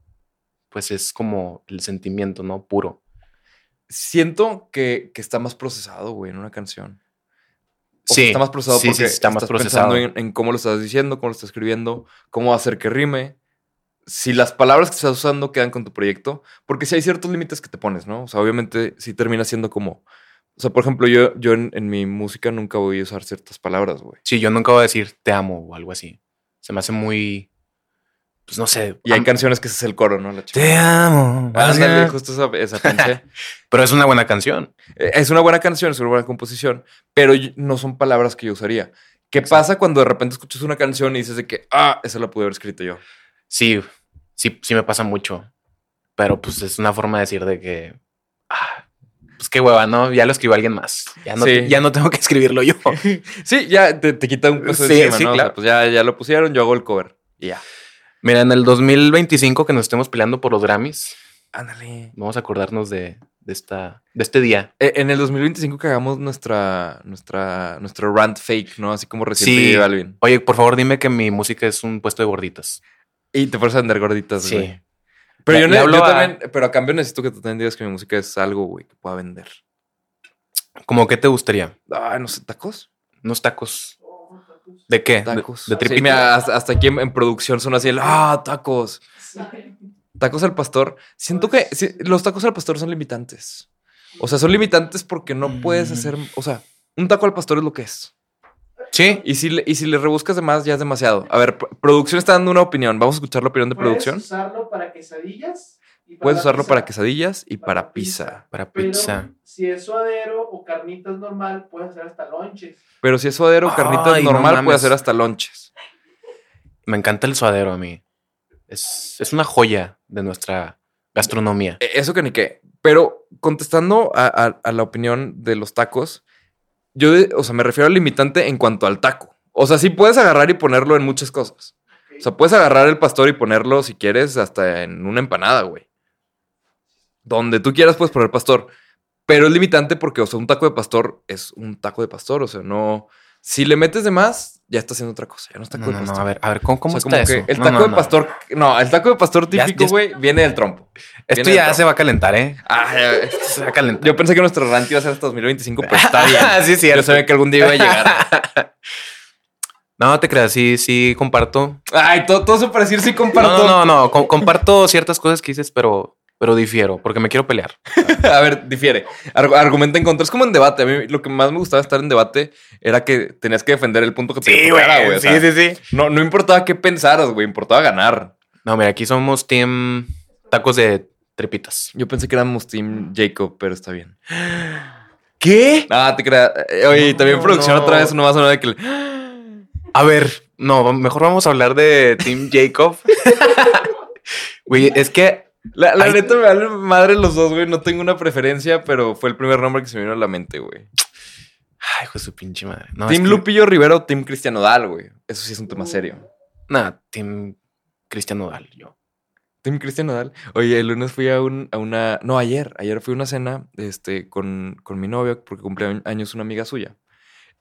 [SPEAKER 2] pues es como el sentimiento, ¿no? Puro.
[SPEAKER 1] Siento que, que está más procesado, güey, en una canción. O
[SPEAKER 2] Sí,
[SPEAKER 1] Está más procesado
[SPEAKER 2] sí, sí,
[SPEAKER 1] porque
[SPEAKER 2] sí, está más
[SPEAKER 1] estás
[SPEAKER 2] procesado.
[SPEAKER 1] pensando en, en cómo lo estás diciendo, cómo lo estás escribiendo, cómo hacer que rime. Si las palabras que estás usando quedan con tu proyecto, porque si hay ciertos límites que te pones, ¿no? O sea, obviamente si termina siendo como. O sea, por ejemplo, yo, yo en, en mi música nunca voy a usar ciertas palabras, güey.
[SPEAKER 2] Sí, yo nunca voy a decir te amo o algo así. Se me hace muy, pues no sé.
[SPEAKER 1] Y hay
[SPEAKER 2] am-
[SPEAKER 1] canciones que ese es el coro, ¿no? La chica.
[SPEAKER 2] Te amo.
[SPEAKER 1] Ándale,
[SPEAKER 2] Mariana.
[SPEAKER 1] justo esa, esa pensé.
[SPEAKER 2] Pero es una buena canción.
[SPEAKER 1] Eh, Es una buena canción, es una buena composición, pero yo- no son palabras que yo usaría. ¿Qué pasa cuando de repente escuchas una canción y dices de que, ah, esa la pude haber escrito yo?
[SPEAKER 2] Sí, sí, sí me pasa mucho. Pero pues es una forma de decir de que. ah, pues qué hueva, ¿no? Ya lo escribió alguien más. Ya no,
[SPEAKER 1] Sí.
[SPEAKER 2] ya no tengo que escribirlo yo.
[SPEAKER 1] Sí, ya te, te quita un peso de
[SPEAKER 2] Sí,
[SPEAKER 1] encima,
[SPEAKER 2] sí,
[SPEAKER 1] ¿no? O sea,
[SPEAKER 2] claro.
[SPEAKER 1] pues ya, ya lo pusieron, yo hago el cover. Y ya.
[SPEAKER 2] Mira, en el 2025 que nos estemos peleando por los Grammys,
[SPEAKER 1] Ándale.
[SPEAKER 2] vamos a acordarnos de, de esta, de este día.
[SPEAKER 1] Eh, En el 2025 que hagamos nuestra, nuestra, nuestro rant fake, ¿no? Así como recién
[SPEAKER 2] Sí.
[SPEAKER 1] te dio Alvin.
[SPEAKER 2] Oye, por favor, dime que mi música es un puesto de gorditas.
[SPEAKER 1] Y te pones a andar gorditas,
[SPEAKER 2] Sí.
[SPEAKER 1] güey. Pero
[SPEAKER 2] Le-
[SPEAKER 1] yo,
[SPEAKER 2] le
[SPEAKER 1] ne- yo
[SPEAKER 2] hablo a-
[SPEAKER 1] también, pero a cambio necesito que tú también digas que mi música es algo, güey, que pueda vender.
[SPEAKER 2] ¿Cómo qué te gustaría?
[SPEAKER 1] Ah, no sé, tacos.
[SPEAKER 2] Unos tacos. ¿De qué? ¿De-
[SPEAKER 1] Tacos.
[SPEAKER 2] ¿De,
[SPEAKER 1] Sí,
[SPEAKER 2] tripita?
[SPEAKER 1] mira, hasta, hasta aquí en, en producción son así el ah, tacos. Tacos al pastor. Siento que sí, los tacos al pastor son limitantes. O sea, son limitantes porque no puedes
[SPEAKER 2] Mm.
[SPEAKER 1] hacer. O sea, un taco al pastor es lo que es.
[SPEAKER 2] Sí.
[SPEAKER 1] Y si le, y si le rebuscas de más, ya es demasiado. A ver, pr- producción está dando una opinión. Vamos a escuchar la opinión de producción.
[SPEAKER 3] Puedes usarlo Pues, para quesadillas. y para
[SPEAKER 1] Puedes usarlo
[SPEAKER 3] pizza.
[SPEAKER 1] para quesadillas y para
[SPEAKER 3] Para
[SPEAKER 1] pizza.
[SPEAKER 2] Para
[SPEAKER 3] Pero
[SPEAKER 2] pizza.
[SPEAKER 3] si es suadero o carnitas normal, puedes hacer hasta lonches.
[SPEAKER 1] Pero si es suadero o carnitas
[SPEAKER 2] Ay, no
[SPEAKER 1] normal, puede
[SPEAKER 2] mames.
[SPEAKER 1] hacer hasta lonches.
[SPEAKER 2] Me encanta el suadero a mí. Es, es una joya de nuestra gastronomía.
[SPEAKER 1] Eh, Eso que ni qué. Pero contestando a, a- a la opinión de los tacos, yo, de- o sea, me refiero al limitante en cuanto al taco. O sea, sí puedes agarrar y ponerlo en muchas cosas. O sea, puedes agarrar el pastor y ponerlo, si quieres, hasta en una empanada, güey. Donde tú quieras puedes poner pastor. Pero es limitante porque, o sea, un taco de pastor es un taco de pastor. O sea, no... Si le metes de más, ya está haciendo otra cosa. Ya no es taco
[SPEAKER 2] No,
[SPEAKER 1] de
[SPEAKER 2] no, no,
[SPEAKER 1] pastor.
[SPEAKER 2] a ver, a ver, ¿cómo, cómo
[SPEAKER 1] O sea, como
[SPEAKER 2] está
[SPEAKER 1] que
[SPEAKER 2] eso?
[SPEAKER 1] El
[SPEAKER 2] No,
[SPEAKER 1] taco
[SPEAKER 2] no,
[SPEAKER 1] de
[SPEAKER 2] no.
[SPEAKER 1] pastor... No, el taco de pastor
[SPEAKER 2] Ya-
[SPEAKER 1] típico,
[SPEAKER 2] ya-
[SPEAKER 1] güey, viene del trompo.
[SPEAKER 2] Esto
[SPEAKER 1] viene
[SPEAKER 2] ya
[SPEAKER 1] del
[SPEAKER 2] se va a calentar, ¿eh?
[SPEAKER 1] Ah, ya-
[SPEAKER 2] Esto se va a calentar.
[SPEAKER 1] yo pensé que nuestro rant iba a ser hasta 2025, pero pues, está bien.
[SPEAKER 2] sí, sí.
[SPEAKER 1] Yo sabía que algún día iba a llegar.
[SPEAKER 2] No, te creas, sí, sí, comparto.
[SPEAKER 1] Ay, todo, todo eso para decir sí comparto.
[SPEAKER 2] No, no, no, no, com- comparto ciertas cosas que dices, pero, pero difiero, porque me quiero pelear.
[SPEAKER 1] A ver, difiere. Argu- argumenta en contra. Es como en debate. A mí lo que más me gustaba estar en debate era que tenías que defender el punto que te tocara, güey. O sea,
[SPEAKER 2] sí, sí.
[SPEAKER 1] No, no importaba qué pensaras, güey. Importaba ganar.
[SPEAKER 2] No, mira, aquí somos team tacos de trepitas.
[SPEAKER 1] Yo pensé que éramos Team Jacob, pero está bien.
[SPEAKER 2] ¿Qué?
[SPEAKER 1] Ah, te creas. Eh, Oye, y también
[SPEAKER 2] No,
[SPEAKER 1] producción
[SPEAKER 2] no.
[SPEAKER 1] otra vez no más o menos de que... le-
[SPEAKER 2] A ver, no, mejor vamos a hablar de Team Jacob. Güey, es que
[SPEAKER 1] La, la
[SPEAKER 2] Ay.
[SPEAKER 1] neta me vale madre los dos, güey. No tengo una preferencia, pero fue el primer nombre que se me vino a la mente, güey.
[SPEAKER 2] Ay, hijo de su pinche madre. No,
[SPEAKER 1] Team
[SPEAKER 2] Ah, es que-
[SPEAKER 1] Lupillo Rivero o Team Cristiano Dal, güey. Eso sí es un
[SPEAKER 2] Oh.
[SPEAKER 1] tema serio.
[SPEAKER 2] Nah, Team Cristiano Dal, yo.
[SPEAKER 1] Team Cristiano Dal. Oye, el lunes fui a, un- a una. No, ayer. Ayer fui a una cena este, con, con mi novia porque cumplía años una amiga suya.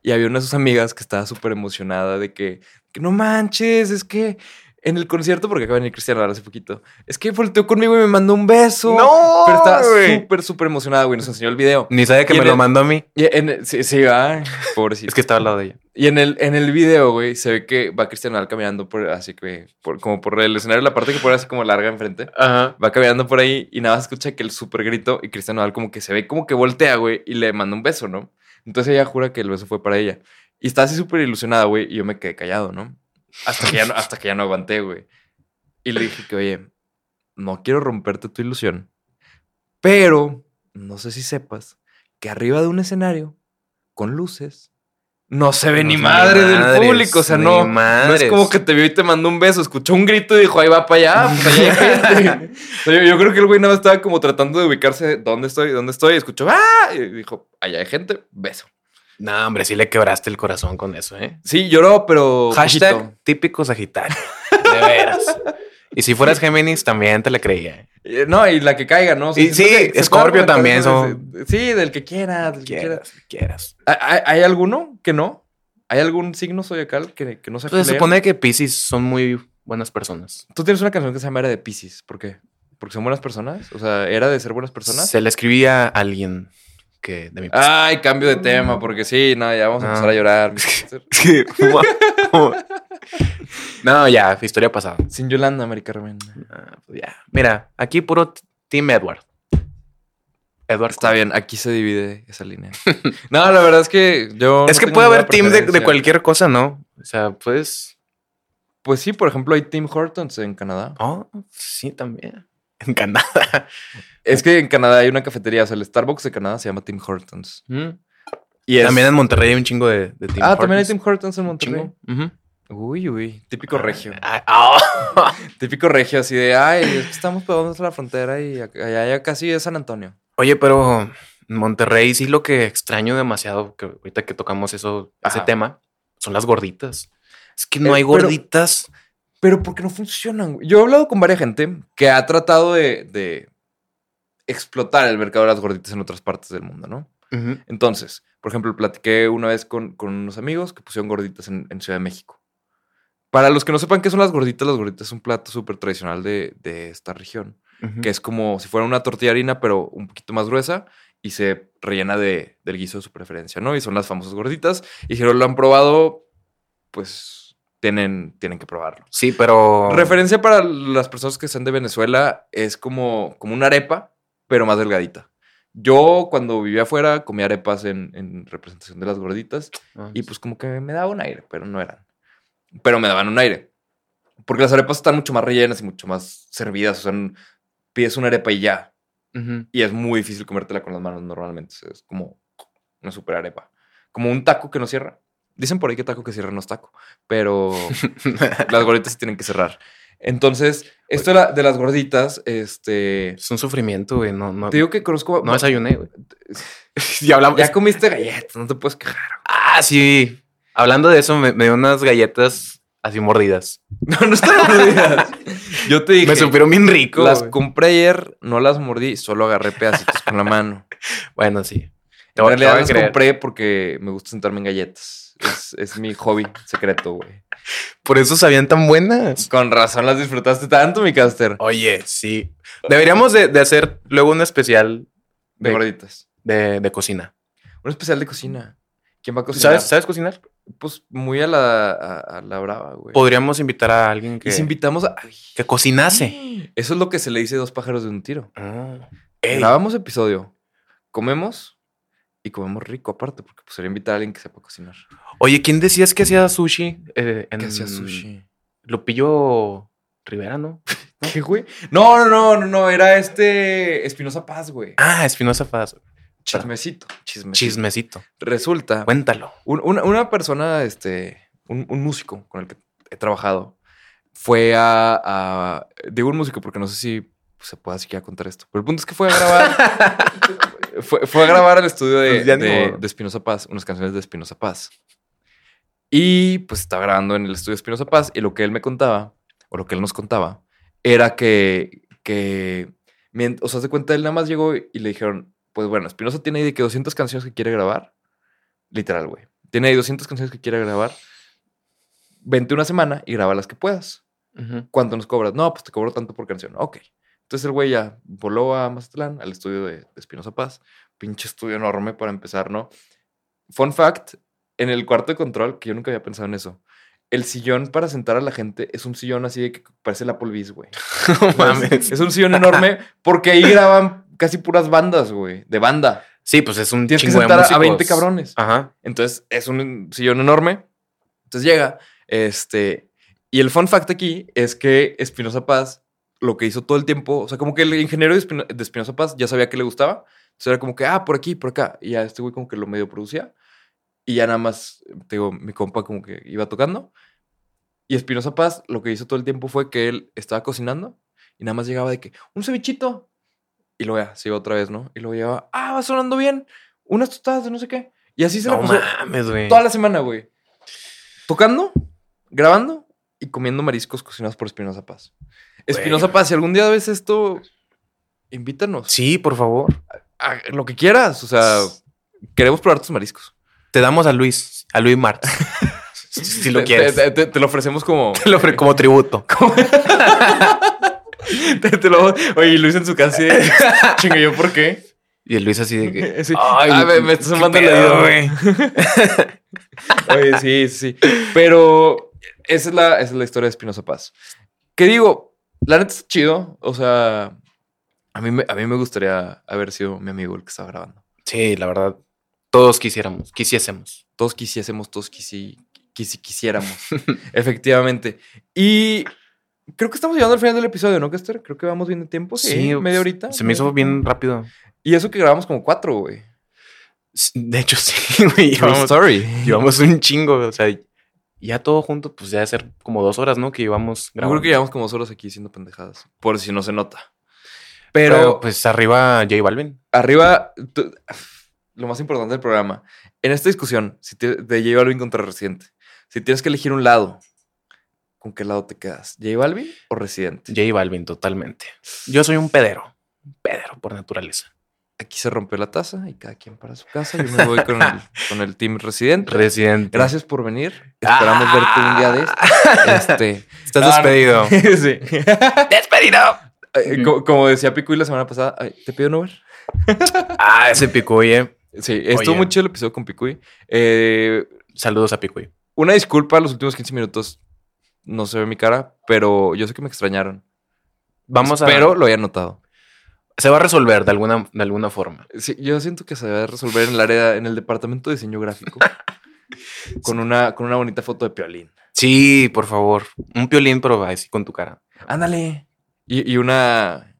[SPEAKER 1] Y había una de sus amigas que estaba súper emocionada de que, que no manches, es que en el concierto, porque acaba de venir Cristiano Dal hace poquito, es que volteó conmigo y me mandó un beso.
[SPEAKER 2] ¡No,
[SPEAKER 1] Pero estaba
[SPEAKER 2] güey!
[SPEAKER 1] súper, súper emocionada, güey. Nos enseñó el video.
[SPEAKER 2] Ni sabe que
[SPEAKER 1] ¿Quién
[SPEAKER 2] me lo
[SPEAKER 1] es?
[SPEAKER 2] mandó a mí.
[SPEAKER 1] Y en, sí, sí, va. Pobrecito.
[SPEAKER 2] Es que estaba al lado de ella.
[SPEAKER 1] Y en el, en el video, güey, se ve que va Cristian Nodal caminando por así que por, como por el escenario, la parte que pone así como larga enfrente.
[SPEAKER 2] Ajá.
[SPEAKER 1] Va caminando por ahí y nada más escucha que el super grito y Cristian Nodal como que se ve como que voltea, güey, y le manda un beso, ¿no? Entonces ella jura que el beso fue para ella. Y está así súper ilusionada, güey, y yo me quedé callado, ¿no? Hasta que ya no, hasta que ya no aguanté, güey. Y le dije que, oye, no quiero romperte tu ilusión, pero no sé si sepas que arriba de un escenario, con luces, no se ve
[SPEAKER 2] No
[SPEAKER 1] ni
[SPEAKER 2] es
[SPEAKER 1] madre del
[SPEAKER 2] Pues madres,
[SPEAKER 1] público. O sea,
[SPEAKER 2] ni
[SPEAKER 1] no, no es
[SPEAKER 2] madres.
[SPEAKER 1] como que te vio y te mandó un beso, escuchó un grito y dijo, ahí va para allá. para allá hay gente". O sea, yo, yo creo que el güey nada más estaba como tratando de ubicarse, ¿dónde estoy? ¿Dónde estoy? Y escuchó, ¡ah! Y dijo, allá hay gente, beso.
[SPEAKER 2] No, hombre, sí le quebraste el corazón con eso, ¿eh?
[SPEAKER 1] Sí, lloró, pero...
[SPEAKER 2] Hashtag
[SPEAKER 1] poquito.
[SPEAKER 2] típico Sagitario. De veras. Y si fueras Géminis, también te la creía. ¿eh?
[SPEAKER 1] Eh, No, y la que caiga, ¿no? O
[SPEAKER 2] Y sí,
[SPEAKER 1] siento se
[SPEAKER 2] Escorpio
[SPEAKER 1] puede armar
[SPEAKER 2] también
[SPEAKER 1] cabezas de- Sí, del que quiera, del que quiera.
[SPEAKER 2] Quieras, quieras.
[SPEAKER 1] ¿Hay, hay- hay alguno que no? ¿Hay algún signo zodiacal que, que no se
[SPEAKER 2] Pues se
[SPEAKER 1] culea?
[SPEAKER 2] supone que Pisces son muy buenas personas.
[SPEAKER 1] Tú tienes una canción que se llama Era de Pisces. ¿Por qué? ¿Porque son buenas personas? O sea, ¿era de ser buenas personas?
[SPEAKER 2] Se la escribía a alguien que de mi
[SPEAKER 1] Ay, cambio de tema, porque sí, no, ya vamos a
[SPEAKER 2] Ah.
[SPEAKER 1] empezar a llorar.
[SPEAKER 2] Sí, fuma- fuma. no, ya, historia pasada.
[SPEAKER 1] Sin Yolanda, Mari Carmen.
[SPEAKER 2] Ah, pues ya. Mira, aquí puro t- Team Edward. Edward.
[SPEAKER 1] Está bien, aquí se divide esa línea. No, la verdad es que yo.
[SPEAKER 2] Es
[SPEAKER 1] no
[SPEAKER 2] que
[SPEAKER 1] tengo
[SPEAKER 2] puede haber
[SPEAKER 1] ninguna
[SPEAKER 2] team de, de
[SPEAKER 1] preferencia.
[SPEAKER 2] cualquier cosa, ¿no? O sea, pues.
[SPEAKER 1] Pues sí, por ejemplo, hay Tim Hortons en Canadá.
[SPEAKER 2] Oh, sí, también. En Canadá.
[SPEAKER 1] Es que en Canadá hay una cafetería, o sea, el Starbucks de Canadá se llama Tim Hortons. Y es-
[SPEAKER 2] También en Monterrey hay un chingo de, de Team
[SPEAKER 1] Ah, también hay Tim Hortons en Monterrey.
[SPEAKER 2] Chingo. Ujú.
[SPEAKER 1] Uy, uy, típico regio.
[SPEAKER 2] Ah, ah, oh.
[SPEAKER 1] Típico regio, así de, ay, es que estamos pegando la frontera y ac- allá ya casi es San Antonio.
[SPEAKER 2] Oye, pero en Monterrey sí lo que extraño demasiado, que ahorita que tocamos eso, ese
[SPEAKER 1] Ajá.
[SPEAKER 2] tema, son las gorditas. Es que no
[SPEAKER 1] Eh,
[SPEAKER 2] hay
[SPEAKER 1] pero-
[SPEAKER 2] gorditas.
[SPEAKER 1] Pero porque no funcionan. güey. Yo he hablado con varias gente que ha tratado de, de explotar el mercado de las gorditas en otras partes del mundo, ¿no?
[SPEAKER 2] Ujú.
[SPEAKER 1] Entonces, por ejemplo, platiqué una vez con, con unos amigos que pusieron gorditas en, en Ciudad de México. Para los que no sepan qué son las gorditas, las gorditas es un plato súper tradicional de, de esta región. que es como si fuera una tortilla de harina, pero un poquito más gruesa y se rellena de, del guiso de su preferencia, ¿no? Y son las famosas gorditas. Y si no lo han probado, pues tienen, tienen que probarlo.
[SPEAKER 2] Sí, pero.
[SPEAKER 1] Referencia para las personas que sean de Venezuela es como, como una arepa, pero más delgadita. Yo cuando vivía afuera comía arepas en, en representación de las gorditas
[SPEAKER 2] Ah,
[SPEAKER 1] y pues como que me daba un aire, pero no eran. Pero me daban un aire. Porque las arepas están mucho más rellenas y mucho más servidas. O sea, n- pides una arepa y ya.
[SPEAKER 2] ujú.
[SPEAKER 1] Y es muy difícil comértela con las manos normalmente. o sea, Es como una super arepa. Como un taco que no cierra. Dicen por ahí que taco que cierra no es taco. Pero las gorditas sí tienen que cerrar. Entonces, esto de, la- de las gorditas, este...
[SPEAKER 2] es un sufrimiento, güey. No, no,
[SPEAKER 1] Te digo que conozco...
[SPEAKER 2] no desayuné, güey. y hablamos.
[SPEAKER 1] ya comiste galletas, no te puedes quejar.
[SPEAKER 2] Ah, sí. Hablando de eso, me, me dio unas galletas así mordidas.
[SPEAKER 1] No, no están mordidas. Yo te dije...
[SPEAKER 2] me supieron bien rico.
[SPEAKER 1] Las
[SPEAKER 2] güey.
[SPEAKER 1] compré ayer, no las mordí, solo agarré pedacitos con la mano.
[SPEAKER 2] Bueno, sí. Te voy, te
[SPEAKER 1] En
[SPEAKER 2] voy
[SPEAKER 1] realidad
[SPEAKER 2] a
[SPEAKER 1] las
[SPEAKER 2] creer.
[SPEAKER 1] compré porque me gusta sentarme en galletas. Es, es mi hobby secreto, güey.
[SPEAKER 2] Por eso sabían tan buenas.
[SPEAKER 1] Con razón las disfrutaste tanto, mi caster.
[SPEAKER 2] Oye, sí. Deberíamos de, de hacer luego un especial
[SPEAKER 1] De
[SPEAKER 2] de-
[SPEAKER 1] gorditas.
[SPEAKER 2] de, de cocina.
[SPEAKER 1] Un especial de cocina. ¿Quién va a cocinar?
[SPEAKER 2] ¿Sabes, ¿Sabes cocinar?
[SPEAKER 1] Pues muy a la, a, a la brava, güey.
[SPEAKER 2] Podríamos invitar a alguien que,
[SPEAKER 1] Y si invitamos a... Ay,
[SPEAKER 2] que
[SPEAKER 1] Ah,
[SPEAKER 2] cocinase.
[SPEAKER 1] Eso es lo que se le dice dos pájaros de un tiro.
[SPEAKER 2] Ah. Ey,
[SPEAKER 1] Grabamos episodio, comemos y comemos rico aparte, porque pues sería invitar a alguien que sepa cocinar.
[SPEAKER 2] Oye, ¿quién decías que hacía sushi? eh, en
[SPEAKER 1] Que hacía sushi.
[SPEAKER 2] Lupillo Rivera, ¿no?
[SPEAKER 1] ¿Qué, güey? No, no, no, no, no, era este Espinosa Paz, güey.
[SPEAKER 2] Ah, Espinosa Faz.
[SPEAKER 1] Chismecito, chismecito.
[SPEAKER 2] Chismecito.
[SPEAKER 1] Resulta,
[SPEAKER 2] Cuéntalo.
[SPEAKER 1] un- una, una persona, este, un, un músico con el que he trabajado, fue a, a- Digo un músico porque no sé si se pueda siquiera contar esto, pero el punto es que fue a grabar... fue, fue a grabar al estudio de,
[SPEAKER 2] Pues ya ni
[SPEAKER 1] de,
[SPEAKER 2] modo.
[SPEAKER 1] de Espinosa Paz, unas canciones de Espinosa Paz. Y pues estaba grabando en el estudio de Espinosa Paz y lo que él me contaba, o lo que él nos contaba, era que, que mien- o sea, se cuenta, él nada más llegó y le dijeron, pues bueno, Espinosa tiene ahí de que 200 canciones que quiere grabar, literal, güey. Tiene ahí 200 canciones que quiere grabar, vente una semana y graba las que puedas. ¿Cuánto nos cobras? No, pues te cobro tanto por canción. Ok. Entonces el güey ya voló a Mazatlán, al estudio de, de Espinosa Paz. Pinche estudio enorme para empezar, ¿no? Fun fact, en el cuarto de control, que yo nunca había pensado en eso, el sillón para sentar a la gente es un sillón así de que parece la polvis, güey.
[SPEAKER 2] No
[SPEAKER 1] Es, es un sillón enorme porque ahí graban casi puras bandas, güey, de banda.
[SPEAKER 2] Sí, pues es un
[SPEAKER 1] Tienes que
[SPEAKER 2] chingo de
[SPEAKER 1] sentar a-
[SPEAKER 2] músicos.
[SPEAKER 1] a
[SPEAKER 2] Ah.
[SPEAKER 1] 20 cabrones.
[SPEAKER 2] Ajá.
[SPEAKER 1] Entonces es un sillón enorme. Entonces llega, este, y el fun fact aquí es que Espinosa Paz lo que hizo todo el tiempo, o sea, como que el ingeniero de Espino- de Espinosa Paz ya sabía que le gustaba, entonces era como que, ah, por aquí, por acá, y ya este güey como que lo medio producía, Y ya nada más, te digo, mi compa como que iba tocando. Y Espinosa Paz lo que hizo todo el tiempo fue que él estaba cocinando y nada más llegaba de que, un cevichito. Y luego ya, se iba otra vez, ¿no? Y luego llegaba, ah, va sonando bien, unas tostadas de no sé qué. Y así se la
[SPEAKER 2] No
[SPEAKER 1] pasó
[SPEAKER 2] mames, güey.
[SPEAKER 1] toda la semana, güey. Tocando, grabando y comiendo mariscos cocinados por Espinosa Paz. Espinosa Paz, si algún día ves esto, invítanos.
[SPEAKER 2] Sí, por favor.
[SPEAKER 1] A lo que quieras, o sea, queremos probar tus mariscos.
[SPEAKER 2] Te damos a Luis, a Luis Mart. si lo
[SPEAKER 1] Te-
[SPEAKER 2] quieres.
[SPEAKER 1] Te, te- te lo ofrecemos como...
[SPEAKER 2] Te lo ofre- como tributo.
[SPEAKER 1] te- te lo- Oye, y Luis en su casa, así de, chinga, ¿yo por qué?
[SPEAKER 2] Y el Luis así de que.
[SPEAKER 1] Sí.
[SPEAKER 2] Ay,
[SPEAKER 1] Ah, me, me estás
[SPEAKER 2] qué
[SPEAKER 1] sumando el
[SPEAKER 2] pedo,
[SPEAKER 1] oído,
[SPEAKER 2] güey.
[SPEAKER 1] Oye, sí, sí. Pero esa es la, esa es la historia de Espinosa Paz. Que digo, la neta está chido. O sea, a mí, me, a mí me gustaría haber sido mi amigo el que estaba grabando.
[SPEAKER 2] Sí, la verdad. Todos quisiéramos, quisiésemos.
[SPEAKER 1] Todos quisiésemos, todos quisi, quisi- quisiéramos. Efectivamente. Y creo que estamos llegando al final del episodio, ¿no, Caster? Creo que vamos bien de tiempo. Sí, media horita.
[SPEAKER 2] pues, Se me hizo bien rápido.
[SPEAKER 1] Y eso que grabamos como cuatro, güey.
[SPEAKER 2] S- De hecho, sí, güey. Llevamos,
[SPEAKER 1] story.
[SPEAKER 2] llevamos un chingo. O sea, ya todo junto, pues ya de ser como dos horas, ¿no? Que llevamos
[SPEAKER 1] Yo creo
[SPEAKER 2] grabando.
[SPEAKER 1] que llevamos como solos aquí haciendo pendejadas. Por si no se nota.
[SPEAKER 2] pero,
[SPEAKER 1] pero
[SPEAKER 2] pues arriba J Balvin.
[SPEAKER 1] arriba, tú- lo más importante del programa. En esta discusión si te, de J Balvin contra Residente, si tienes que elegir un lado, ¿con qué lado te quedas? ¿J Balvin o Residente?
[SPEAKER 2] J Balvin, totalmente. Yo soy un pedero. Un pedero por naturaleza.
[SPEAKER 1] Aquí se rompió la taza y cada quien para su casa. Yo me voy con el, con el team Residente.
[SPEAKER 2] Residente.
[SPEAKER 1] Gracias por venir.
[SPEAKER 2] Ah.
[SPEAKER 1] Esperamos verte un día de estos. este.
[SPEAKER 2] Estás
[SPEAKER 1] Ah,
[SPEAKER 2] despedido.
[SPEAKER 1] sí.
[SPEAKER 2] ¡Despedido!
[SPEAKER 1] Eh, co- como decía Picuy la semana pasada, ay, ¿te pido un Uber?
[SPEAKER 2] Ah, ese Picuy, eh.
[SPEAKER 1] Sí, estuvo
[SPEAKER 2] Oye.
[SPEAKER 1] muy chido el episodio con Picuy. Eh,
[SPEAKER 2] Saludos a Picuy.
[SPEAKER 1] Una disculpa, los últimos 15 minutos no se ve mi cara, pero yo sé que me extrañaron.
[SPEAKER 2] Vamos
[SPEAKER 1] Pero
[SPEAKER 2] a.
[SPEAKER 1] lo había notado.
[SPEAKER 2] Se va a resolver de alguna, de alguna forma.
[SPEAKER 1] Sí, yo siento que se debe resolver en el área, en el departamento de diseño gráfico. con, una, con una bonita foto de Piolín.
[SPEAKER 2] Sí, por favor. Un piolín, pero así con tu cara.
[SPEAKER 1] Ándale. Y, y una.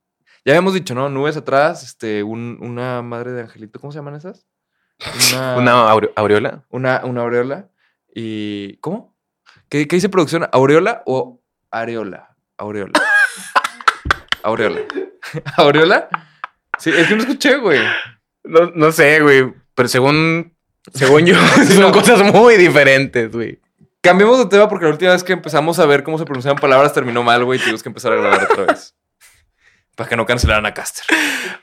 [SPEAKER 1] Ya habíamos dicho, ¿no? Nubes atrás, este, un- una madre de angelito. ¿Cómo se llaman esas? Una. una...
[SPEAKER 2] Una aure- aureola.
[SPEAKER 1] Una, aureola. Y. ¿Cómo? ¿Qué, ¿Qué dice producción? ¿Aureola o areola? Aureola. Aureola. ¿Aureola? Sí, es que no escuché, güey.
[SPEAKER 2] No, no sé, güey. Pero según. Según yo,
[SPEAKER 1] no.
[SPEAKER 2] son cosas muy diferentes, güey.
[SPEAKER 1] Cambiemos de tema porque la última vez que empezamos a ver cómo se pronunciaban palabras terminó mal, güey. y Tuvimos que empezar a grabar otra vez. Para que no cancelaran a Caster.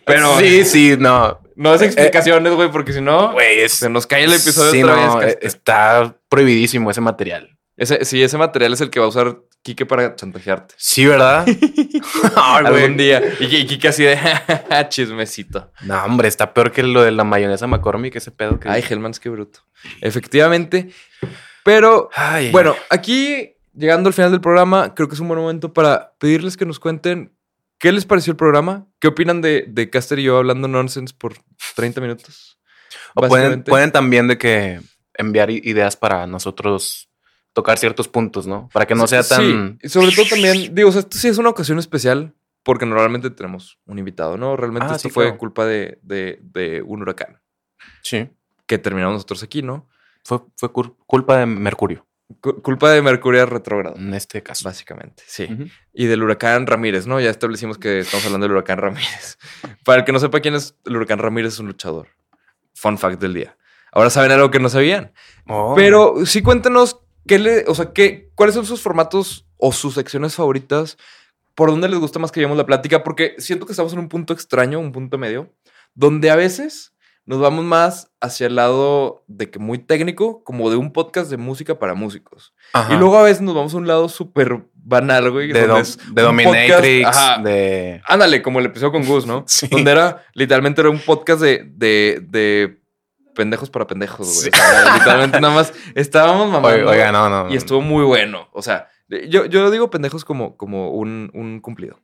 [SPEAKER 1] Pero
[SPEAKER 2] Sí, sí, no.
[SPEAKER 1] no es explicaciones, güey, porque si no,
[SPEAKER 2] Güey, es.
[SPEAKER 1] se nos cae el episodio
[SPEAKER 2] sí,
[SPEAKER 1] otra
[SPEAKER 2] no,
[SPEAKER 1] vez.
[SPEAKER 2] eh,
[SPEAKER 1] Caster.
[SPEAKER 2] está prohibidísimo ese material.
[SPEAKER 1] Ese, sí, ese material es el que va a usar Quique para chantajearte.
[SPEAKER 2] Sí, ¿verdad? Ay, Ah, güey.
[SPEAKER 1] algún día. Y, y Kike así de chismecito.
[SPEAKER 2] No, hombre, está peor que lo de la mayonesa McCormick, ese pedo que.
[SPEAKER 1] Ay, Helmans, qué bruto. Efectivamente. Pero
[SPEAKER 2] Ay,
[SPEAKER 1] bueno, aquí llegando al final del programa, creo que es un buen momento para pedirles que nos cuenten qué les pareció el programa, qué opinan de, de Caster y yo hablando nonsense por 30 minutos.
[SPEAKER 2] O pueden,
[SPEAKER 1] básicamente.
[SPEAKER 2] pueden también de que enviar i- ideas para nosotros tocar ciertos puntos, ¿no? Para que no sea tan...
[SPEAKER 1] Sí, sobre todo también, digo, o sea, esto sí es una ocasión especial porque normalmente tenemos un invitado, ¿no? Realmente
[SPEAKER 2] Ah,
[SPEAKER 1] esto
[SPEAKER 2] sí,
[SPEAKER 1] fue
[SPEAKER 2] claro.
[SPEAKER 1] culpa de, de- de un huracán
[SPEAKER 2] Sí.
[SPEAKER 1] que terminamos nosotros aquí, ¿no?
[SPEAKER 2] Fue, fue cul- culpa de Mercurio,
[SPEAKER 1] Cu- culpa de Mercurio retrógrado.
[SPEAKER 2] en este caso.
[SPEAKER 1] Básicamente, sí.
[SPEAKER 2] Ujú.
[SPEAKER 1] Y del huracán Ramírez, ¿no? Ya establecimos que estamos hablando del huracán Ramírez. Para el que no sepa quién es, el huracán Ramírez es un luchador. Fun fact del día. Ahora saben algo que no sabían.
[SPEAKER 2] Oh.
[SPEAKER 1] Pero sí cuéntenos qué le, o sea, qué, cuáles son sus formatos o sus secciones favoritas. ¿Por dónde les gusta más que llevemos la plática? Porque siento que estamos en un punto extraño, un punto medio, donde a veces nos vamos más hacia el lado de que muy técnico, como de un podcast de música para músicos.
[SPEAKER 2] Ajá.
[SPEAKER 1] Y luego a veces nos vamos a un lado súper banal, güey.
[SPEAKER 2] de,
[SPEAKER 1] donde
[SPEAKER 2] dom-
[SPEAKER 1] es
[SPEAKER 2] de
[SPEAKER 1] un
[SPEAKER 2] Dominatrix,
[SPEAKER 1] podcast- ajá.
[SPEAKER 2] de...
[SPEAKER 1] Ándale, como el episodio con Gus, ¿no?
[SPEAKER 2] Sí.
[SPEAKER 1] Donde era, literalmente era un podcast de, de, de pendejos para pendejos, güey.
[SPEAKER 2] Sí.
[SPEAKER 1] O sea, literalmente nada más estábamos mamando.
[SPEAKER 2] Oiga, oiga, no, no. no.
[SPEAKER 1] Y estuvo muy bueno. O sea, yo, yo digo pendejos como, como un, un cumplido.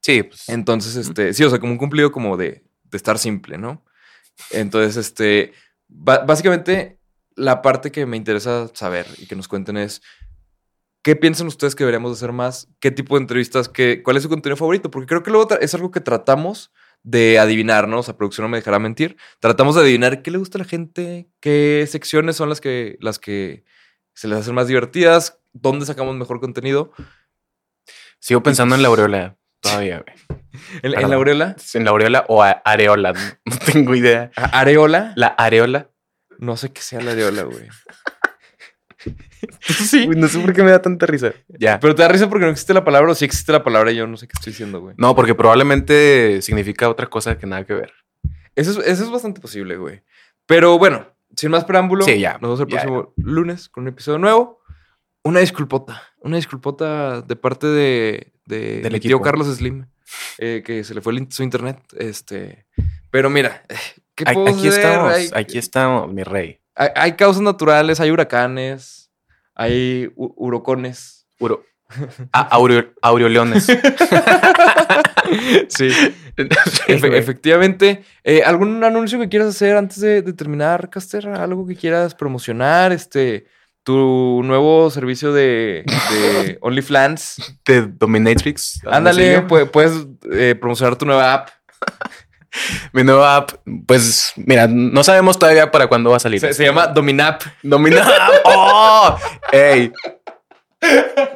[SPEAKER 2] Sí, pues,
[SPEAKER 1] Entonces, este, sí, o sea, como un cumplido como de, de estar simple, ¿no? Entonces, este, ba- básicamente la parte que me interesa saber y que nos cuenten es, ¿qué piensan ustedes que deberíamos de hacer más? ¿Qué tipo de entrevistas? ¿Qué, ¿Cuál es su contenido favorito? Porque creo que luego tra- es algo que tratamos de adivinar, ¿no? O sea, producción no me dejará mentir. Tratamos de adivinar qué le gusta a la gente, qué secciones son las que, las que se les hacen más divertidas, dónde sacamos mejor contenido.
[SPEAKER 2] Sigo pensando en la aureola todavía, güey.
[SPEAKER 1] En, en
[SPEAKER 2] Perdón.
[SPEAKER 1] la aureola.
[SPEAKER 2] En la aureola o a- areola. No tengo idea.
[SPEAKER 1] a- Areola.
[SPEAKER 2] La areola.
[SPEAKER 1] No sé qué sea la areola, güey. sí.
[SPEAKER 2] no sé por qué me da tanta risa. Ya.
[SPEAKER 1] Pero te da risa porque no existe la palabra o sí existe la palabra y yo no sé qué estoy diciendo, güey.
[SPEAKER 2] No, porque probablemente significa otra cosa que nada que ver.
[SPEAKER 1] Eso es, eso es bastante posible, güey. Pero bueno, sin más preámbulo,
[SPEAKER 2] Sí, ya.
[SPEAKER 1] nos vemos el
[SPEAKER 2] Ya,
[SPEAKER 1] próximo lunes con un episodio nuevo. Una disculpota, una disculpota de parte de, de
[SPEAKER 2] Del
[SPEAKER 1] mi tío
[SPEAKER 2] equipo.
[SPEAKER 1] Carlos Slim, eh, que se le fue el in- su internet. Este, pero mira, ¿qué
[SPEAKER 2] A-
[SPEAKER 1] puedo
[SPEAKER 2] aquí
[SPEAKER 1] hacer?
[SPEAKER 2] estamos.
[SPEAKER 1] Hay-
[SPEAKER 2] Aquí estamos, mi rey.
[SPEAKER 1] hay- hay causas naturales, hay huracanes, hay hu- huracones.
[SPEAKER 2] Puro. Ah, aureo- aureoleones.
[SPEAKER 1] Sí.
[SPEAKER 2] Efe- efe-
[SPEAKER 1] efectivamente. Eh, ¿Algún anuncio que quieras hacer antes de, de terminar, Caster? ¿Algo que quieras promocionar? Este, tu nuevo servicio de, de OnlyFans.
[SPEAKER 2] de Dominatrix.
[SPEAKER 1] Ándale,
[SPEAKER 2] Domicilio.
[SPEAKER 1] pu- puedes eh, promocionar tu nueva app.
[SPEAKER 2] Mi nueva app. Pues mira, no sabemos todavía para cuándo va a salir.
[SPEAKER 1] Se, se llama Dominap.
[SPEAKER 2] Domina. ¡Oh! ¡Ey!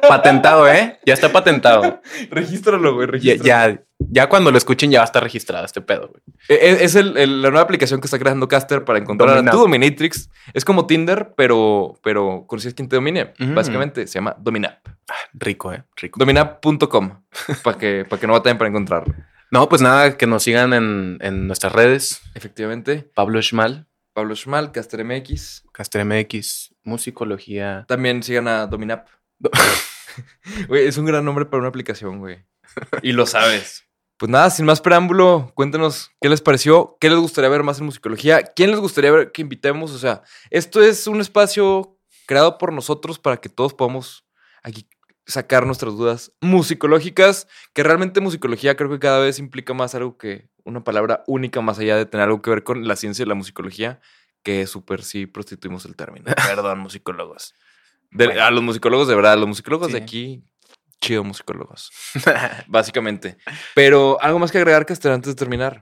[SPEAKER 2] Patentado, ¿eh? Ya está patentado.
[SPEAKER 1] Regístralo, güey.
[SPEAKER 2] Ya,
[SPEAKER 1] regístralo.
[SPEAKER 2] ya, ya cuando lo escuchen ya va a estar registrado este pedo, güey.
[SPEAKER 1] Eh, Es, es el- el- la nueva aplicación que está creando Caster para encontrar a
[SPEAKER 2] Dominap.
[SPEAKER 1] tu Dominatrix. Es como Tinder, pero, pero consigues quien te domine.
[SPEAKER 2] Mm.
[SPEAKER 1] Básicamente se llama Dominap.
[SPEAKER 2] Rico, ¿eh? Rico.
[SPEAKER 1] Dominap.com para que, para que no batallen para encontrarlo.
[SPEAKER 2] No, pues nada, que nos sigan en, en nuestras redes.
[SPEAKER 1] Efectivamente,
[SPEAKER 2] Pablo Schmal,
[SPEAKER 1] Pablo Schmal, Caster MX.
[SPEAKER 2] CastrMX, Musicología.
[SPEAKER 1] También sigan a Dominap. Güey, es un gran nombre para una aplicación, güey. Y lo sabes. Pues nada, sin más preámbulo, cuéntenos qué les pareció, qué les gustaría ver más en musicología, quién les gustaría ver que invitemos. O sea, esto es un espacio creado por nosotros para que todos podamos aquí sacar nuestras dudas musicológicas, que realmente musicología creo que cada vez implica más algo que una palabra única más allá de tener algo que ver con la ciencia y la musicología, que súper sí prostituimos el término. Perdón, musicólogos. De-
[SPEAKER 2] Bueno.
[SPEAKER 1] A los musicólogos, de verdad, los musicólogos de
[SPEAKER 2] Sí.
[SPEAKER 1] aquí, chido musicólogos, básicamente. Pero algo más que agregar, Castel, antes de terminar.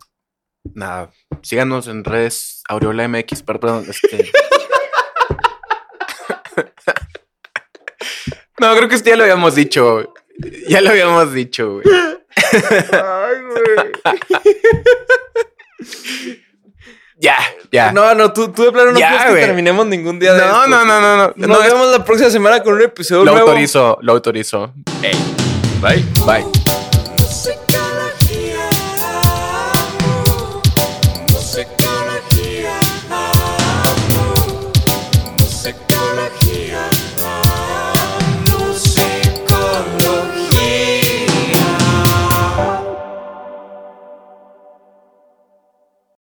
[SPEAKER 2] Nada, síganos en redes Aureola MX, per- perdón, este. no, creo que esto ya lo habíamos dicho. güey. Ya lo habíamos dicho, güey. Ya, ya.
[SPEAKER 1] No, no, tú, tú de plano no
[SPEAKER 2] Ya,
[SPEAKER 1] quieres que
[SPEAKER 2] güey.
[SPEAKER 1] terminemos ningún día de
[SPEAKER 2] No,
[SPEAKER 1] esto.
[SPEAKER 2] no, no, no, no.
[SPEAKER 1] Nos
[SPEAKER 2] No, es-
[SPEAKER 1] vemos la próxima semana con un episodio
[SPEAKER 2] lo
[SPEAKER 1] nuevo.
[SPEAKER 2] autorizo, lo autorizo.
[SPEAKER 1] Bye.
[SPEAKER 2] Bye.
[SPEAKER 4] Musicología. Musicología. Musicología.